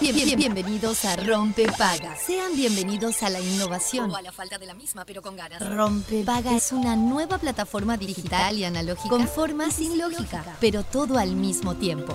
Bien- bien- bienvenidos a Rompe Paga. Sean bienvenidos a la innovación O a la falta de la misma, pero con ganas. Rompevaga es una nueva plataforma digital y analógica con forma sin lógica, pero todo al mismo tiempo.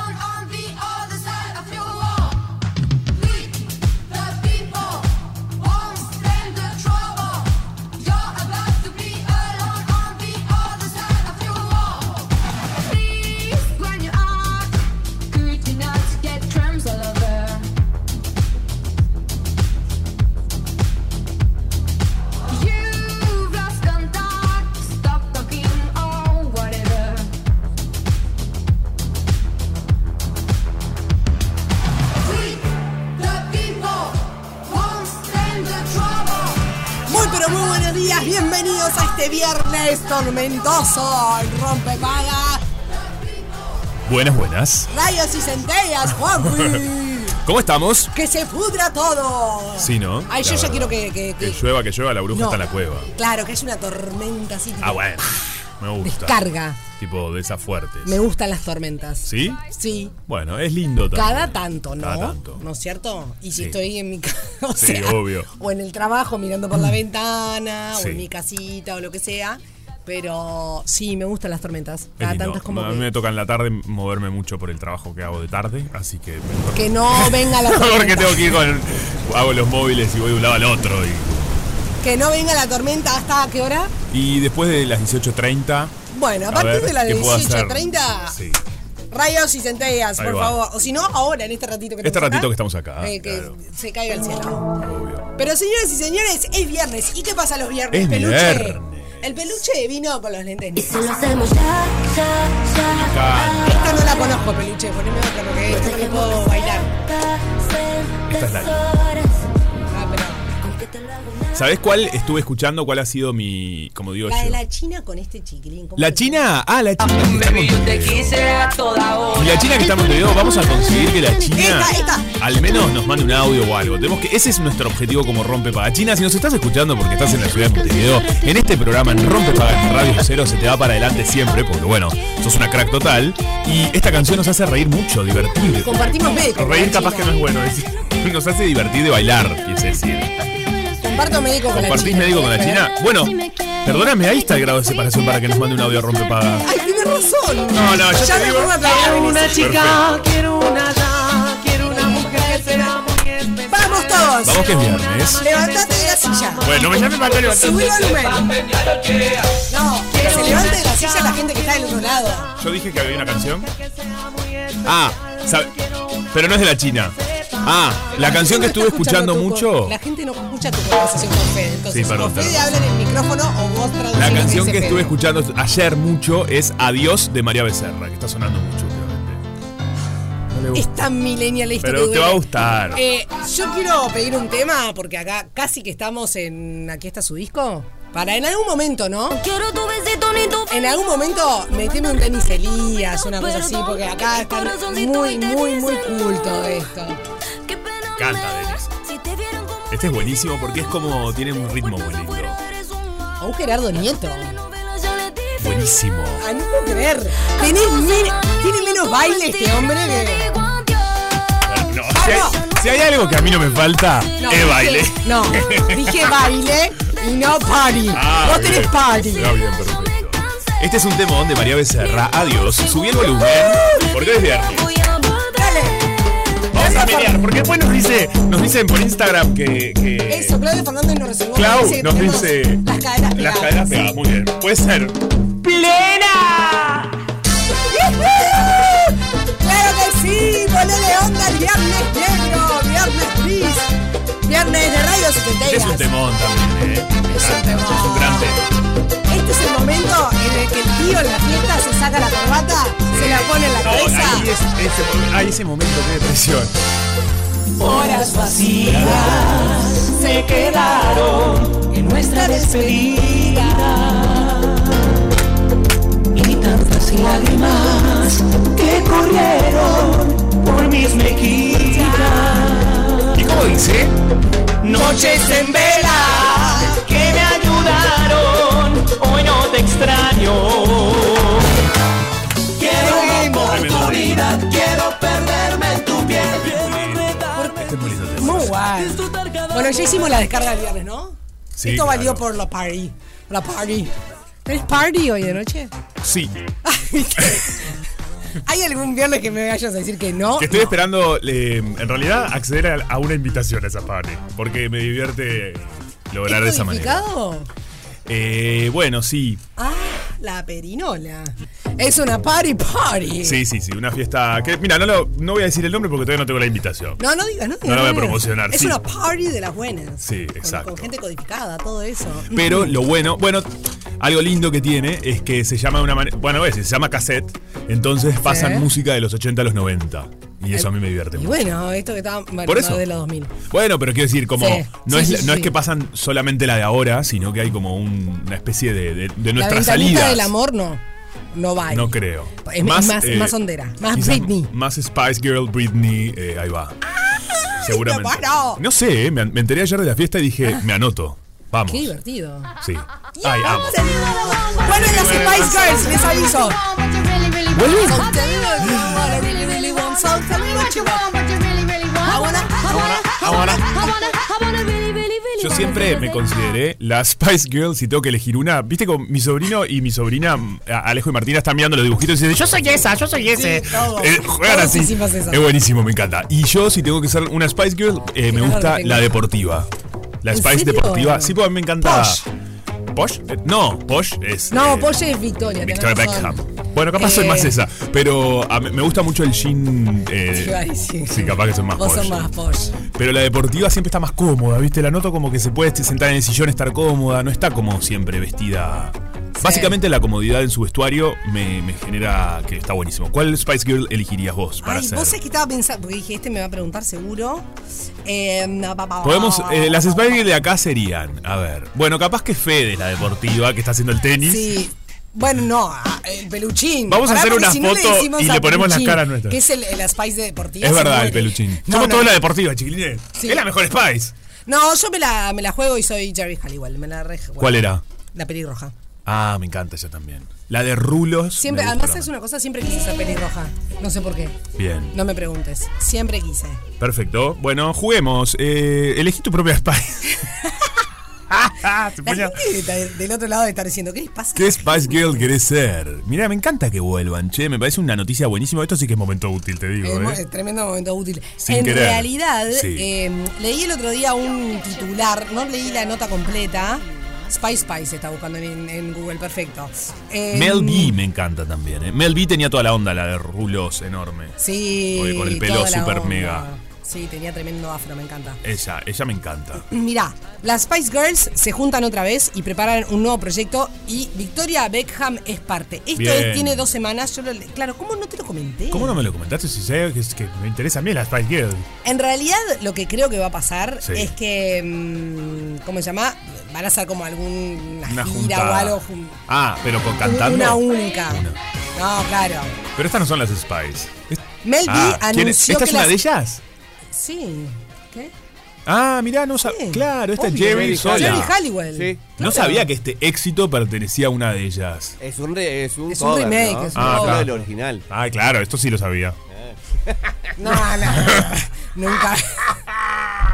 on the other side of your wall. We, the people, won't stand the trouble. You're about to be alone on the other side of your wall. Please, when you are, could you not get crumbs all over? You've lost contact. Stop talking or whatever. We, the people, won't stand the trouble. Muy pero muy buenos días, bienvenidos a este viernes tormentoso Rompe Paga, Buenas, buenas. Rayos y Centellas, Juanpi ¿Cómo estamos? Que se pudra todo Sí, ¿no? Ay, yo La ya verdad. quiero que... que- que- Que llueva, que llueva, la bruja no. está en la cueva. Claro, que es una tormenta así tipo, Ah, bueno. Me gusta. Descarga, Tipo de esas fuertes. me gustan las tormentas ¿Sí? Sí, Bueno, es lindo también. cada tanto, ¿no? Cada tanto. ¿No es cierto? Y si Sí. estoy en mi casa, o Sí, sea, obvio. Mm. O en el trabajo mirando por la ventana, o Sí. en mi casita, o lo que sea Pero sí, me gustan las tormentas Es Cada lindo. tanto es como a que... mí me toca en la tarde moverme mucho por el trabajo que hago de tarde, así que mejor, Que no venga la tormenta. porque tengo que ir con hago los móviles y voy de un lado al otro y, Que no venga la tormenta hasta qué hora. y después de las 18:30 Bueno, a, a partir ver de las qué puedo hacer. 18.30, Sí. rayos y centellas, Ahí por va. favor. O si no, ahora, en este ratito que Este estamos acá, ratito que estamos acá, eh, que claro. se caiga el cielo. Obvio. Pero señores y señores, es viernes. ¿Y qué pasa los viernes? Es peluche. viernes. El peluche vino con los lentes. negros. Se lo hacemos ya, ya, ya. Acá, Esta no la conozco, peluche. Poneme otra porque esta no le puedo bailar. Esta es la Ah, pero. ¿Sabés cuál estuve escuchando? ¿Cuál ha sido mi, como digo La yo? de la China con este chiquilín. ¿cómo ¿La se- China? Ah, la China. Y la China que está en Montevideo, vamos a conseguir que la China Esta, esta. al menos nos mande un audio o algo. Tenemos que, ese es nuestro objetivo como Rompe Paga. China, si nos estás escuchando porque estás en la ciudad de Montevideo, en este programa en Rompe Paga en Radio Cero se te va para adelante siempre, porque bueno, sos una crack total. Y esta canción nos hace reír mucho, divertir. Compartimos médico. con Reír la capaz que China. no es bueno, es- nos hace divertir de bailar, quise decir. Comparto médico con la ¿Compartís China. médico con la China? Bueno, perdóname, ahí está el grado de separación para que nos mande un audio a Rompe Paga. Ay, tienes razón. No, no, yo ya te me digo- pongo a aplaudir a mí misma. Perfecto. quiero una ya, quiero una mujer que será muy especial. Vamos todos. Vamos que es viernes. Levantate de la silla. Bueno, me llame para Subí volumen. No, que se levante de la Ah, silla la gente que está del otro lado. Yo dije que había una canción. Ah, sabe- pero no es de la China. Ah, la canción que No estuve está escuchando tu- mucho. La gente no escucha tu conversación con Fede. Entonces, Sí, perdón, o Fede perdón. habla en el micrófono o vos traducís. La lo canción dice que estuve Fede. escuchando ayer mucho es Adiós de María Becerra, que está sonando mucho últimamente. No le gusta. Es tan millennial esto que Pero te duele. va a gustar. Eh, yo quiero pedir un tema porque acá casi que estamos en. Aquí está su disco. Para en algún momento, ¿no? Quiero tu besito ni tu En algún momento meteme un tenis Elías, una cosa así, porque acá está muy, muy, muy culto esto. Qué pena me Canta, da Denis. Si te vieron como Este es buenísimo porque es como tiene un ritmo muy lindo. eres un A un Gerardo Nieto. novela, ya le di fin. Buenísimo. A no puedo creer. Tenés men- tiene menos baile este hombre que. Digo adiós. No, si, hay, si hay algo que a mí no me falta, No, es dije- baile. No, dije baile y no party. Ah, Vos tenés bien. party. Está Ah, bien, perfecto. Este es un temón de María Becerra. Adiós. Subí el volumen. Porque es viernes. Voy a volver. Dale. Vamos a pelear. Porque después nos dice, nos dicen por Instagram que. que Eso, Claudio Fernández nos resolvió. Clau Dice, nos tenemos dice. Las caderas Las pegadas. caderas pegadas. Muy bien. Puede ser. ¡Plena! ¡Claro que sí! ¡Ponele onda al viernes negro! ¡Viernes setenteras. Es un temón también, ¿eh? Me Es un encanta, temón. Es un gran tema. Este es el momento en el que el tío en la fiesta se saca la corbata, se la pone en la No, cabeza. ahí es, ese, momen- ahí ese momento de depresión. Horas vacías se quedaron en nuestra despedida y tantas lágrimas que corrieron por mis mejillas. ¿Y cómo dice? Noches en vela que me ayudaron, hoy no te extraño. Quiero una oportunidad, quiero perderme en tu piel. Este es muy lindo tema. Muy guay. Bueno, ya hicimos la descarga el viernes, ¿no? Sí, Esto valió claro. por la party. La party. ¿Tenés party hoy de noche? Sí. ¿Hay algún viernes que me vayas a decir que Oh, no? Que estoy esperando, eh, en realidad, acceder a, a una invitación a esa party. Porque me divierte lograr de ¿Es esa manera. codificado? Eh, bueno, sí. Ah, la perinola. Es una party party. Sí, sí, sí. Una fiesta. Que, mira, no, lo- no voy a decir el nombre porque todavía no tengo la invitación. No, no digas, no digas. No la voy a digas. promocionar, Es sí. una party de las buenas. Sí, Con- exacto. Con, gente codificada, todo eso. Pero lo bueno, bueno, algo lindo que tiene es que se llama de una manera. Bueno, es, se llama cassette. Entonces pasan Sí. música de los 80 a los 90. Y eso a mí me divierte Y mucho. bueno, esto que estaba bueno, Por eso. de los 2000. Bueno, pero quiero decir, como Sí, no, sí, es, sí, la- sí, no sí. es que pasan solamente la de ahora, sino que hay como un- una especie de, de, La de nuestras ventanita salidas. del amor no. No vale. No eh, creo. Es más, más, más ondera. Más quizás Britney. Más Spice Girl, Britney, eh, ahí va. Seguramente. Ah, qué bueno. Ah. No sé, eh, me, me enteré ayer de la fiesta y dije, me anoto. Vamos. Qué divertido. Sí. Ay, amo. Bueno, las Spice Girls, les aviso. Son tell me what you wanna really, really want. Son tell me what you want. I wanna- Yo siempre me consideré la Spice Girl si tengo que elegir una. Viste con mi sobrino y mi sobrina a- Alejo y Martina están mirando los dibujitos y dicen, yo soy esa, yo soy ese. todos. Eh, juegan Todos así. hicimos eso. Es buenísimo, me encanta. Y yo si tengo que ser una Spice Girl, eh, me Claro, gusta te la encanta. deportiva. La ¿En Spice serio? deportiva. Sí, porque a mí me encanta. Posh. ¿Posh? Eh, No, Posh es. No, eh, Posh es Victoria. tenés Victoria razón. Beckham. Bueno, capaz soy Eh, más esa, pero a mí- me gusta mucho el jean. eh, Te iba a decir. sí, capaz que soy más Vos posh. sos más Posh. Pero la deportiva siempre está más cómoda, ¿viste? La noto como que se puede sentar en el sillón, estar cómoda, no está como siempre vestida. Básicamente la comodidad en su vestuario me, me genera que está buenísimo. ¿Cuál Spice Girl elegirías vos para Ay, ser? vos es que estaba pensando, porque dije, este me va a preguntar seguro. Eh, no, pa, pa, pa, Podemos, pa, pa, eh, las pa, pa, Spice Girls de acá serían, a ver, bueno, capaz que Fede es la deportiva que está haciendo el tenis. Sí. Bueno, no, a- el peluchín. Vamos a hacer porque una no foto decimos y a le ponemos las peluchín, caras nuestras. Que es el, el Spice de deportiva. es se verdad, muere. el peluchín. No, Somos no, todos la deportiva, chiquilines. Sí. Es la mejor Spice. no, yo me la, me la juego y soy Jerry Halliwell. Me la re juego. ¿Cuál era? La pelirroja. Ah, me encanta ella también. La de rulos. Siempre, me gusta además también. es una cosa, siempre quise ser pelirroja. No sé por qué. Bien. No me preguntes. Siempre quise. Perfecto. Bueno, juguemos. Eh, elegí tu propia Spice. Ah, Se La ponía- gente está de- del otro lado de estar diciendo, ¿qué les pasa? ¿Qué Spice Girl querés ser? Mirá, me encanta que vuelvan, che. Me parece una noticia buenísima. Esto sí que es momento útil, te digo, Eh, mo- ¿eh? Tremendo momento útil. Sin en querer. realidad, Sí. eh, leí el otro día un titular, no leí la nota completa. Spice Spice está buscando en, en Google, perfecto. Eh, Mel B me encanta también, ¿eh? Mel B tenía toda la onda, la de rulos enorme. Sí. Oye, con el pelo toda la super onda. mega. Sí, tenía tremendo afro, me encanta. Ella, ella me encanta. Mirá, las Spice Girls se juntan otra vez y preparan un nuevo proyecto y Victoria Beckham es parte. Esto Bien. es- tiene dos semanas, yo lo le- Claro, ¿cómo no te lo comenté? ¿Cómo no me lo comentaste si sé que, es- que me interesa a mí la Spice Girl? En realidad, lo que creo que va a pasar Sí. es que. mm, ¿Cómo se llama? Van a hacer como alguna gira Una juntada. o algo. jun- Ah, pero con cantando. Una única. Una. No, claro. Pero estas no son las Spice. Es- Mel B Ah, ¿quién es? anunció. ¿Esta que es una las- de ellas? Sí. ¿Qué? Ah, mirá, no sabía. Sí. Claro, esta es Obvio. Este Jerry Jerry sola. Hola. Jerry Halliwell. Sí. No Claro. sabía que este éxito pertenecía a una de ellas. Es un, re- es un Es un cover, remake, ¿no? es un Ah, cover. claro. del original. Ah, claro, esto sí lo sabía. No, no. Nunca.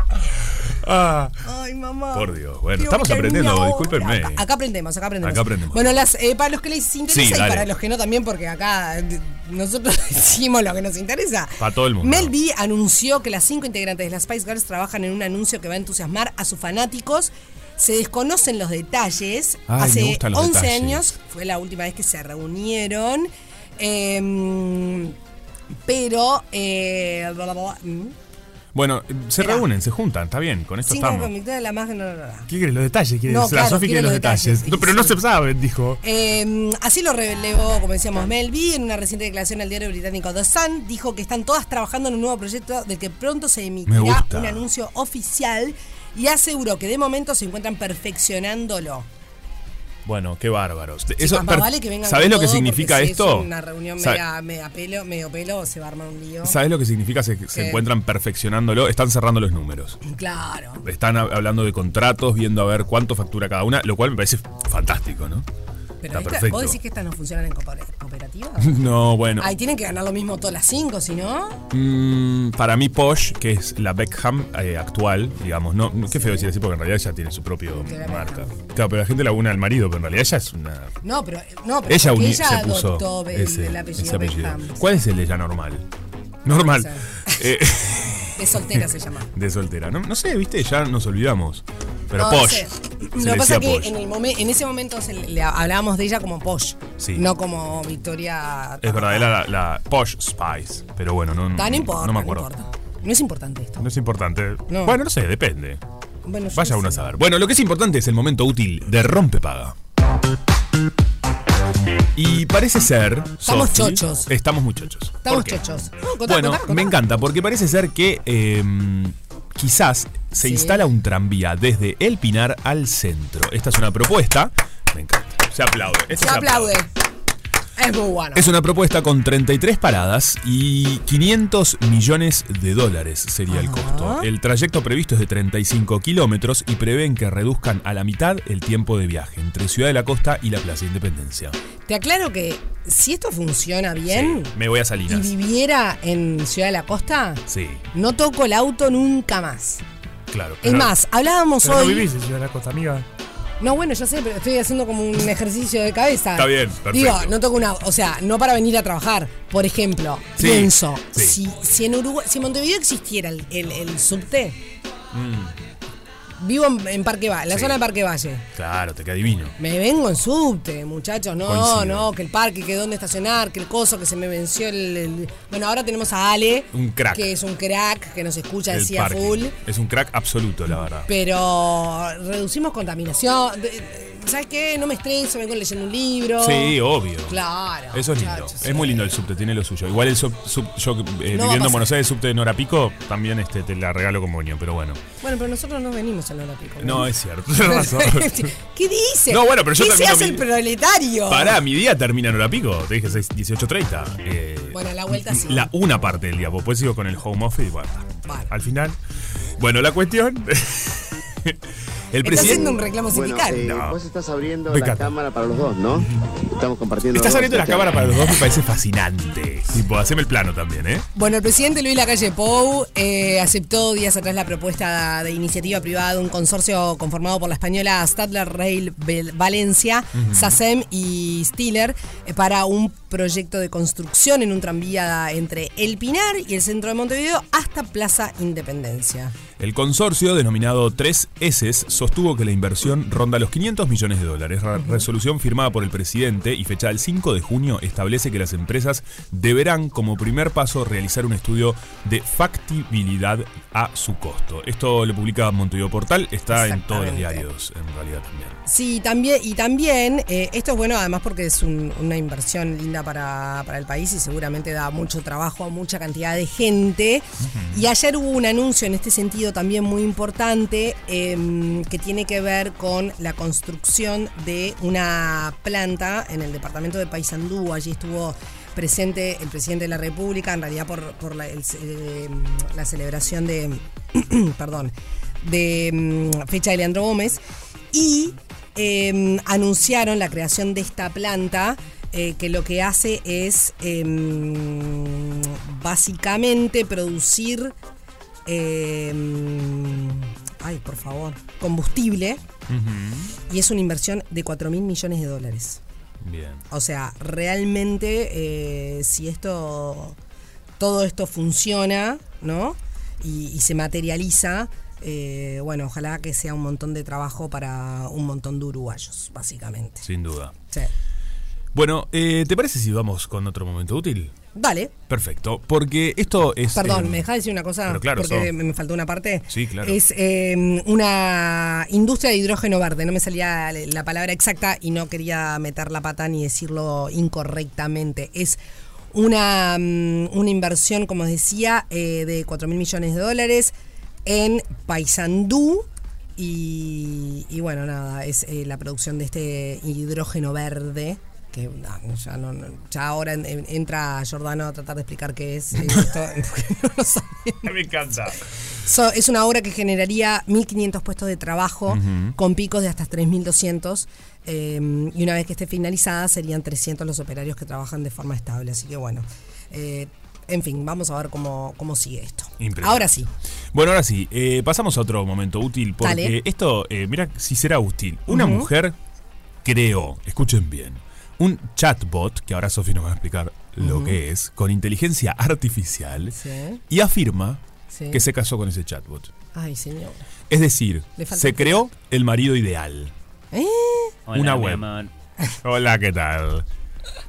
Ah, Ay, mamá. Por Dios, bueno, Dios, estamos qué aprendiendo, niña. discúlpenme. Acá, acá aprendemos, acá aprendemos. Acá aprendemos. Bueno, las, eh, para los que les interesa Sí, y dale. para los que no también, porque acá eh, nosotros decimos lo que nos interesa. Pa' todo el mundo. Mel B anunció que las cinco integrantes de las Spice Girls trabajan en un anuncio que va a entusiasmar a sus fanáticos. Se desconocen los detalles. Ay, me Hace gustan los 11 detalles. años fue la última vez que se reunieron. Em, Eh, pero... eh, bla, bla, bla, mm. Bueno, se reúnen, se juntan, está bien, con esto Cinco estamos. convictos de la más... no, no, no. ¿Qué quiere? Los detalles, quiere No, decir. la claro, Sofi quiere quiere los los detalles. detalles, No, pero no se saben, dijo. Eh, así lo reveló, como decíamos, Melby en una reciente declaración al diario británico The Sun. Dijo que están todas trabajando en un nuevo proyecto del que pronto se Me emitirá gusta. un anuncio oficial y aseguró que de momento se encuentran perfeccionándolo. Bueno, qué bárbaros. Chicas, más per- vale que vengan ¿Sabés con lo que todo, significa porque si esto? Es una reunión Sa- media, media pelo, medio pelo, se va a armar un lío. ¿Sabés lo que significa? Se, se ¿Qué? encuentran perfeccionándolo, están cerrando los números. Claro. Están hab- hablando de contratos, viendo a ver cuánto factura cada una, lo cual me parece fantástico, ¿no? Pero Está esta- perfecto. vos decís que estas no funcionan en cooper- cooperativa. No, bueno. Ahí tienen que ganar lo mismo todas las cinco, si no. Mm, para mí, Posh, que es la Beckham eh, actual, digamos, no, no- qué feo decir así, porque en realidad ella tiene su propio Claro. marca. Claro, pero la gente la une al marido, pero en realidad ella es una. No, pero, no, pero Ella, porque uni- ella se puso adoptó el, ese, el apellido ese apellido. Beckham. ¿Cuál es el de ella normal? Normal. No Eh, De soltera se llama. de soltera. No, no sé, viste, ya nos olvidamos. Pero No, no Posh. sé. se Lo le que pasa decía es que Posh. en, el momen- en ese momento se le- le hablábamos de ella como Posh, Sí. no como Victoria. Es verdad, era la, la Posh Spice. Pero bueno, Mm, no, Tan importa, no no me acuerdo. No, importa. No es importante esto. es importante. No. Bueno, no sé, depende. Bueno, yo Vaya no uno a sé. saber. Bueno, lo que es importante es el momento útil de Rompepaga. Y parece ser. Estamos Sofi, chochos. Estamos muy chochos. ¿Por Estamos qué? chochos. No, contá, bueno, contá, contá. me encanta, porque parece ser que eh, quizás se Sí. instala un tranvía desde El Pinar al centro. Esta es una propuesta. Me encanta. Se aplaude. Esto Se aplaude. Es muy bueno. Es una propuesta con 33 paradas y 500 millones de dólares sería el costo. El trayecto previsto es de 35 kilómetros y prevén que reduzcan a la mitad el tiempo de viaje entre Ciudad de la Costa y la Plaza Independencia. Te aclaro que si esto funciona bien Sí, me voy a y Salinas. viviera en Ciudad de la Costa, Sí, no toco el auto nunca más. claro. Es pero- más, hablábamos Pero no hoy. vivís en Ciudad de la Costa, amiga. No, bueno, ya sé, pero estoy haciendo como un ejercicio de cabeza. Está bien, perfecto. Digo, no toco una. O sea, no para venir a trabajar. Por ejemplo, Sí, pienso, sí. Si, si en Uruguay, si en Montevideo existiera el, el- el subte. Mm, Vivo en, en Parque Valle, la Sí. zona de Parque Valle. Claro, te queda divino. Me vengo en subte, muchachos. No, Coincido. no, que el parque, que dónde estacionar, que el coso, que se me venció el. el- Bueno, ahora tenemos a Ale. Un crack. Que es un crack, que nos escucha, El decía parking. full. Es un crack absoluto, la verdad. Pero reducimos contaminación. De- de- ¿Sabes qué? No me estreso, vengo leyendo un libro. Sí, obvio. Claro. Eso es lindo. Eh. muchachos, Es muy lindo el subte, tiene lo suyo. Igual el sub, sub- yo eh, va a viviendo en pasar. Buenos Aires, el subte de Nora Pico, también este, te la regalo como niño, pero bueno. Bueno, pero nosotros no venimos al hora pico. No, es cierto, tenés razón. ¿Qué dice? No, bueno, pero yo ¿Qué se termino hace mi- el proletario? Pará, mi día termina en hora pico. Te dije seis- 18.30. eh, Bueno, la vuelta sí. La una parte del día. Vos después sigo con el home office y bueno, está. Vale. Al final. Bueno, la cuestión. el Está haciendo presidente. un reclamo Bueno, sindical. eh, No. vos estás abriendo Me la encanta. cámara para los dos, ¿no? Estamos compartiendo. Estás los dos, este- abriendo la ¿cachai? cámara para los dos, me parece fascinante. Tipo, haceme el plano también, ¿eh? Bueno, el presidente Luis Lacalle Pou eh, aceptó días atrás la propuesta de iniciativa privada de un consorcio conformado por la española Stadler Rail Vel- Valencia, SACEM y Stiller eh, para un proyecto de construcción en un tranvía entre El Pinar y el centro de Montevideo hasta Plaza Independencia. El consorcio, denominado 3S, sostuvo que la inversión ronda los 500 millones de dólares. La resolución firmada por el presidente y fechada el 5 de junio establece que las empresas deberán, como primer paso, realizar un estudio de factibilidad a su costo. Esto lo publica Montevideo Portal, está en todos los Exactamente. diarios, en realidad también. Sí, también, y también, eh, esto es bueno además porque es un- una inversión linda para, para el país y seguramente da mucho trabajo a mucha cantidad de gente. Y ayer hubo un anuncio en este sentido también muy importante em, que tiene que ver con la construcción de una planta en el departamento de Paysandú. Allí estuvo presente el presidente de la República, en realidad por, por la, el- eh, la celebración de, perdón, de mm, fecha de Leandro Gómez y eh, anunciaron la creación de esta planta eh, que lo que hace es eh, básicamente producir, eh, ay por favor, combustible y es una inversión de 4 mil millones de dólares. Bien. O sea, realmente eh, si esto, todo esto funciona, ¿no? Y, y se materializa, eh, bueno, ojalá que sea un montón de trabajo para un montón de uruguayos, básicamente. Sin duda. Sí. Bueno, eh, ¿te parece si vamos con otro momento útil? Dale. Perfecto, porque esto es... Perdón, eh, ¿me dejás decir una cosa? pero claro, Porque so- me faltó una parte. Sí, claro. Es eh, una industria de hidrógeno verde. No me salía la palabra exacta y no quería meter la pata ni decirlo incorrectamente. Es una, mm, una inversión, como os decía, eh, de 4 mil millones de dólares en Paysandú. Y, y bueno, nada, es eh, la producción de este hidrógeno verde. Que ah, ya, no- no- ya ahora en- en- entra Jordano a tratar de explicar qué es eh, esto, porque no lo sabemos. Me encanta. So- es una obra que generaría 1.500 puestos de trabajo con picos de hasta 3.200 eh, y una vez que esté finalizada serían 300 los operarios que trabajan de forma estable. Así que bueno, eh, en fin, vamos a ver cómo, cómo sigue esto. Impresionante. Ahora sí, Bueno, ahora sí, eh, pasamos a otro momento útil, porque Dale. esto, eh, mira si será útil. Una mujer creó, escuchen bien, un chatbot, que ahora Sofi nos va a explicar lo que es, con inteligencia artificial, Sí. y afirma Sí. que se casó con ese chatbot. ay señor. Es decir, Le falta se un- creó el marido ideal. ¿Eh? Una web. Hola, ¿qué tal?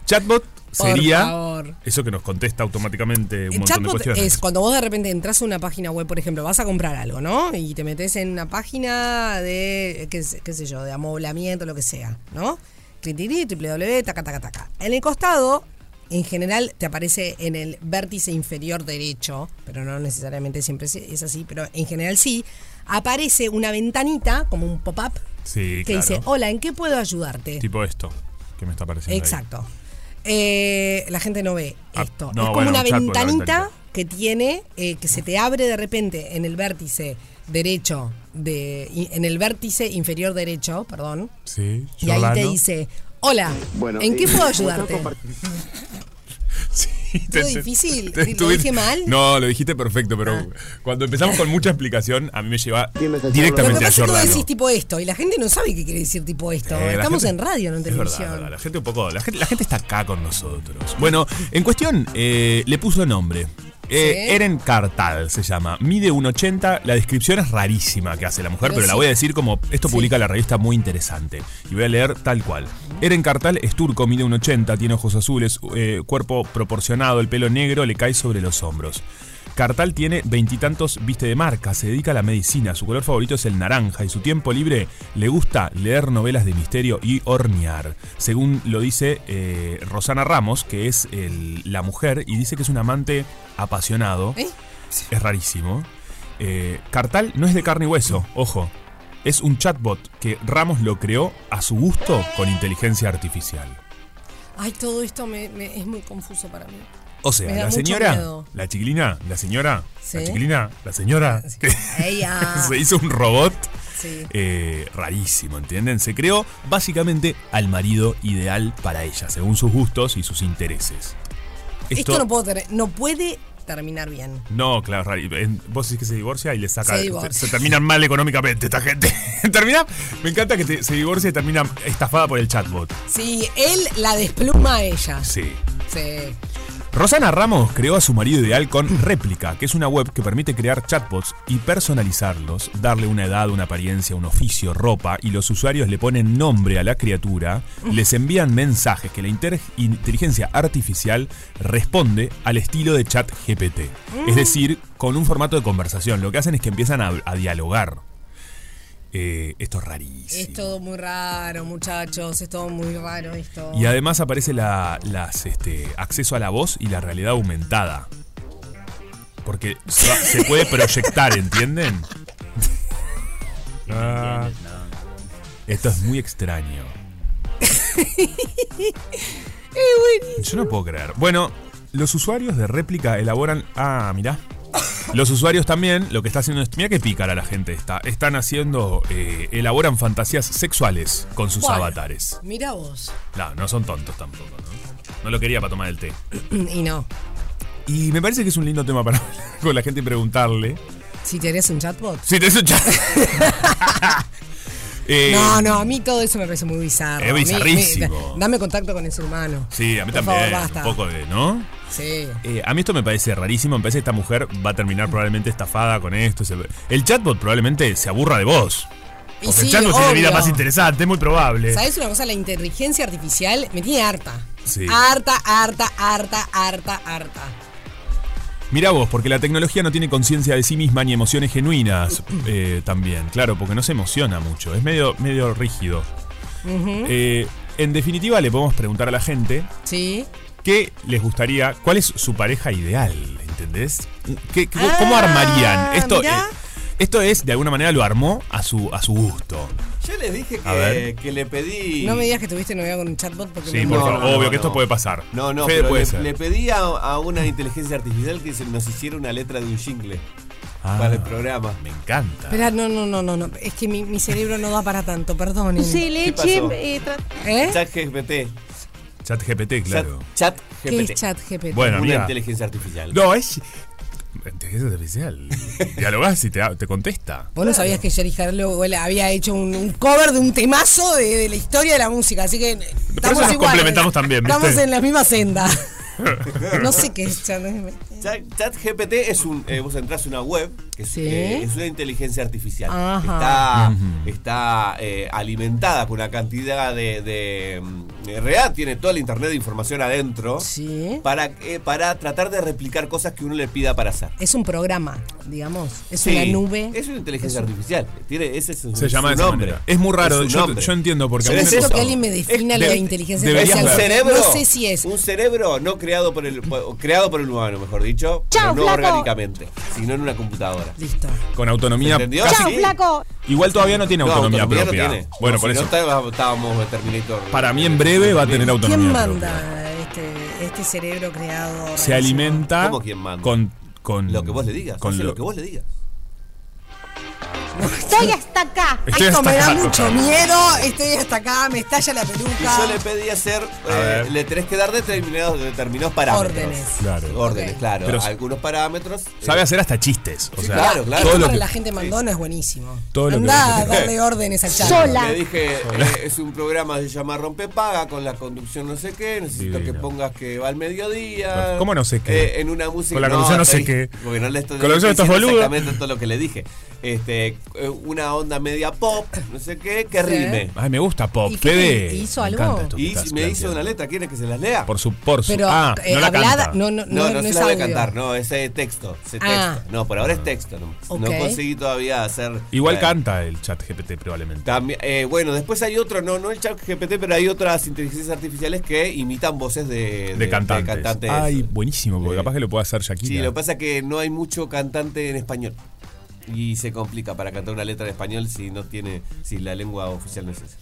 Chatbot sería favor. eso que nos contesta automáticamente un El montón de chatbot cuestiones. es cuando vos de repente entras a una página web, por ejemplo, vas a comprar algo, ¿no? Y te metes en una página de, eh, qué, sé- qué sé yo, de amoblamiento, lo que sea, ¿no? Tritiri, www, taca, taca, taca. En el costado, en general, te aparece en el vértice inferior derecho, pero no necesariamente siempre es- es así, pero en general sí, aparece una ventanita, como un pop-up, Sí, que claro. dice, hola, ¿en qué puedo ayudarte? Tipo esto, que me está apareciendo. ahí. Exacto. Eh, la gente no ve Ah, esto. no, es como bueno, una un chatbot, una ventanita, ventanita. que tiene, eh, que se te abre de repente en el vértice derecho, de, i- en el vértice inferior derecho, perdón. Sí, Y ahí te Solano. dice, hola, Bueno, ¿en qué eh, puedo como están ayudarte? comparti- Sí, Estuvo difícil. ¿Lo estuviste- dije mal? Ah. No, lo dijiste perfecto, pero cuando empezamos con mucha explicación, a mí me lleva ¿Quién es el Lo que directamente pasa a es que tú Jordano. decís tipo esto y la gente no sabe qué quiere decir tipo esto. Eh, la Estamos gente- en radio, no en Es verdad, televisión. verdad, la gente un poco, la gente, la gente está acá con nosotros. Bueno, en cuestión, eh, le puso nombre. Eh, Sí. Eren Cartal se llama, mide 1,80, la descripción es rarísima que hace la mujer, Pero pero, la sí. voy a decir como esto Sí. publica la revista muy interesante y voy a leer tal cual. Eren Cartal es turco, mide 1,80, tiene ojos azules, eh, cuerpo proporcionado, el pelo negro le cae sobre los hombros. Cartal tiene veintitantos viste de marca, se dedica a la medicina, su color favorito es el naranja y su tiempo libre le gusta leer novelas de misterio y hornear, según lo dice eh, Rosana Ramos, que es el- la mujer, y dice que es un amante apasionado. ¿Eh? Es rarísimo. Eh, Cartal no es de carne y hueso, ojo. Es un chatbot que Ramos lo creó a su gusto con inteligencia artificial. Ay, todo esto me- me- es muy confuso para mí. O Me sea, da la mucho señora, miedo. la chiquilina, la señora, Sí. la chiquilina, la señora, que Ella. se hizo un robot Sí. eh, rarísimo, ¿entienden? Se creó básicamente al marido ideal para ella, según sus gustos y sus intereses. Esto, no, puedo ter- no puede terminar bien. No, claro, rari- en- vos decís que se divorcia y le saca. Se divorcia. se terminan mal económicamente esta gente. termina, me encanta que te- se divorcia y termina estafada por el chatbot. Sí, él la despluma a ella. Sí. Sí. Rosana Ramos creó a su marido ideal con Réplica, que es una web que permite crear chatbots y personalizarlos, darle una edad, una apariencia, un oficio, ropa, y los usuarios le ponen nombre a la criatura, les envían mensajes que la inter- inteligencia artificial responde al estilo de chat GPT, es decir, con un formato de conversación. Lo que hacen es que empiezan a, a dialogar. Eh, esto es rarísimo. Es todo muy raro, muchachos. Es todo muy raro esto. Y además aparece la, las, este, acceso a la voz y la realidad aumentada. Porque se, va- se puede proyectar, ¿entienden? Ah. Esto es muy extraño. Yo no puedo creer. Bueno, los usuarios de réplica elaboran. Ah, mirá. Los usuarios también lo que está haciendo es. Mira qué pícara la gente está. Están haciendo. eh, elaboran fantasías sexuales con sus Bueno. avatares. Mira vos. No, no son tontos tampoco, ¿no? No lo quería para tomar el té. Y no. Y me parece que es un lindo tema para hablar con la gente y preguntarle. Si tenés un chatbot. Si te escuchas. Eh, No, no, a mí todo eso me parece muy bizarro. Es A mí- bizarrísimo. me- dame contacto con el ser humano. Sí, a mí Por también. favor, basta. Un poco de, ¿no? Sí. Eh, a mí esto me parece rarísimo. Me parece que esta mujer va a terminar probablemente estafada con esto. Se- El chatbot probablemente se aburra de vos. Y Porque sí, el chango tiene vida obvio. más interesante, es muy probable. ¿Sabes una cosa? La inteligencia artificial me tiene harta. Sí. Harta, harta, harta, harta, harta. Mirá vos, porque la tecnología no tiene conciencia de sí misma ni emociones genuinas eh, también. Claro, porque no se emociona mucho. Es medio, medio rígido. Eh, en definitiva, le podemos preguntar a la gente ¿Sí? qué les gustaría, cuál es su pareja ideal, ¿entendés? ¿Qué- qué- ¿Cómo armarían? Esto, Ah, mirá. eh, esto es, de alguna manera, lo armó a su, a su gusto. Yo les dije A ver. que, Eh, que le pedí. No me digas que tuviste novia con un chatbot porque Sí, me por No, muero. favor. no, no, Obvio que no. esto puede pasar. No, no, Fede, pero puede le, ser. le pedí a, a una inteligencia artificial que se nos hiciera una letra de un jingle Ah, para el programa. Me encanta. Espera, no, no, no, no, no. Es que mi, mi cerebro no da para tanto, perdonen. Sí, ¿Qué pasó? ¿Eh? Chat GPT. Chat GPT, claro. Chat, chat ¿Qué GPT. es chat GPT? Bueno, Una amiga. inteligencia artificial. No, es. Inteligencia artificial. Dialogás y te, te contesta. Vos no sabías que Jerry Harlow él había hecho un, un cover de un temazo de, de la historia de la música, así que estamos eso nos iguales. complementamos también, ¿viste? Estamos en la misma senda. no sé qué es chat. Chat, chat GPT es un. eh, vos entras a una web, que es, Sí. eh, es una inteligencia artificial. Ajá. Está, está eh, alimentada con una cantidad de. de, mm, en realidad tiene todo el internet de información adentro. Sí. Para, eh, para tratar de replicar cosas que uno le pida para hacer. Es un programa, digamos. Es Sí, una nube. Es una inteligencia artificial. Tiene, ese es su, Se llama su de esa nombre. manera. Es muy raro, su yo- nombre. yo entiendo porque a Pero mí es me Necesito eso. que alguien me defina Es- lo de- de inteligencia deberías Es un Gracias. artificial. cerebro. No sé si es. Un cerebro no creado por el po- creado por el humano, mejor dicho, pero Chau, no flaco. orgánicamente, sino en una computadora. Listo. Con autonomía. ¿Entendió? casi- Chao, Sí. flaco. Igual todavía no tiene No, autonomía, no propia. tiene. Bueno, Si por no eso. está- estábamos en Terminator. Para mí en breve va a tener autonomía. ¿Quién propia. manda este, este cerebro creado? Se alimenta ¿Cómo quién manda? con con lo que vos le digas, Con hace lo que vos le digas. Estoy hasta acá. Estoy Esto me da hasta acá. mucho miedo. Estoy hasta acá, me estalla la Y peluca. yo le pedí hacer, A eh, ver. le tenés que dar determinados, determinados parámetros. Órdenes. Claro. Órdenes, claro. Pero- algunos parámetros. eh, Sabe hacer hasta chistes. O Sí, sea, claro, claro. todo Esto lo para que. la gente mandona es buenísimo. Todo lo que Andá vos a darle órdenes al chat. Sola. Le dije, eh, es un programa de llamar rompepaga con la conducción no sé qué, necesito Divino. que pongas que va al mediodía. ¿Cómo no sé qué? Eh, en una música. Con la conducción no sé estoy- qué. Porque no le estoy Con la conducción diciendo estás boludo. exactamente todo lo que le dije. Este, eh, una onda media pop, no sé qué, que rime. Ay, me gusta Pop. ¿Y qué Fede. te hizo me algo? encanta esto que Y estás me hizo planteando. una letra, ¿quieren que se las lea? Por su. Por su Pero ah, eh, no la hablada, canta. no, no, No, no, se es la voy a audio. cantar, no, ese es texto, ese Ah. texto. No, por ahora es texto, no, no Ok. conseguí todavía hacer... Igual eh, canta el chat GPT probablemente. También, eh, bueno, después hay otro, no, no el chat GPT, pero hay otras inteligencias artificiales que imitan voces de, de- De cantantes. de cantantes. Ay, buenísimo, porque Sí. capaz que lo puede hacer Shakira. Sí, lo que pasa es que no hay mucho cantante en español. Y se complica para cantar una letra en español si no tiene, si la lengua oficial no es esa.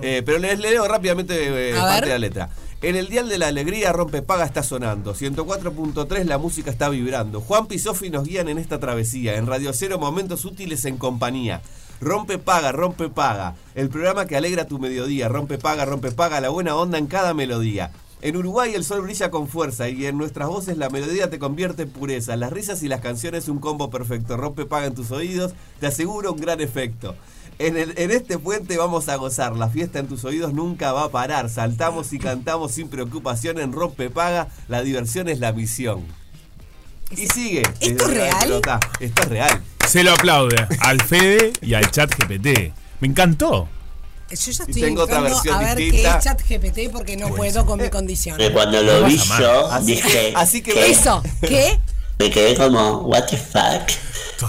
Eh, pero les leo rápidamente eh, A parte ver. de la letra. En el dial de la alegría rompe paga está sonando. 104.3 la música está vibrando. Juan Pisofi nos guían en esta travesía. En Radio Cero momentos útiles en compañía. Rompe paga, rompe paga. El programa que alegra tu mediodía. Rompe paga, rompe paga. La buena onda en cada melodía. En Uruguay el sol brilla con fuerza y en nuestras voces la melodía te convierte en pureza. Las risas y las canciones un combo perfecto. Rompe paga en tus oídos, te aseguro un gran efecto. En, el- en este puente vamos a gozar, la fiesta en tus oídos nunca va a parar. Saltamos y cantamos sin preocupación en Rompe Paga, la diversión es la misión. Y sigue. ¿Esto es real? Está, esto es real. Se lo aplaude al Fede y al chat GPT. Me encantó. Yo ya Y estoy tengo otra entrando versión a ver distinta. qué es chat GPT porque no puedo con mi condición. cuando No lo vi pasa yo, Así- dije, así que- ¿qué? Eso, ¿qué? me quedé como, what the fuck?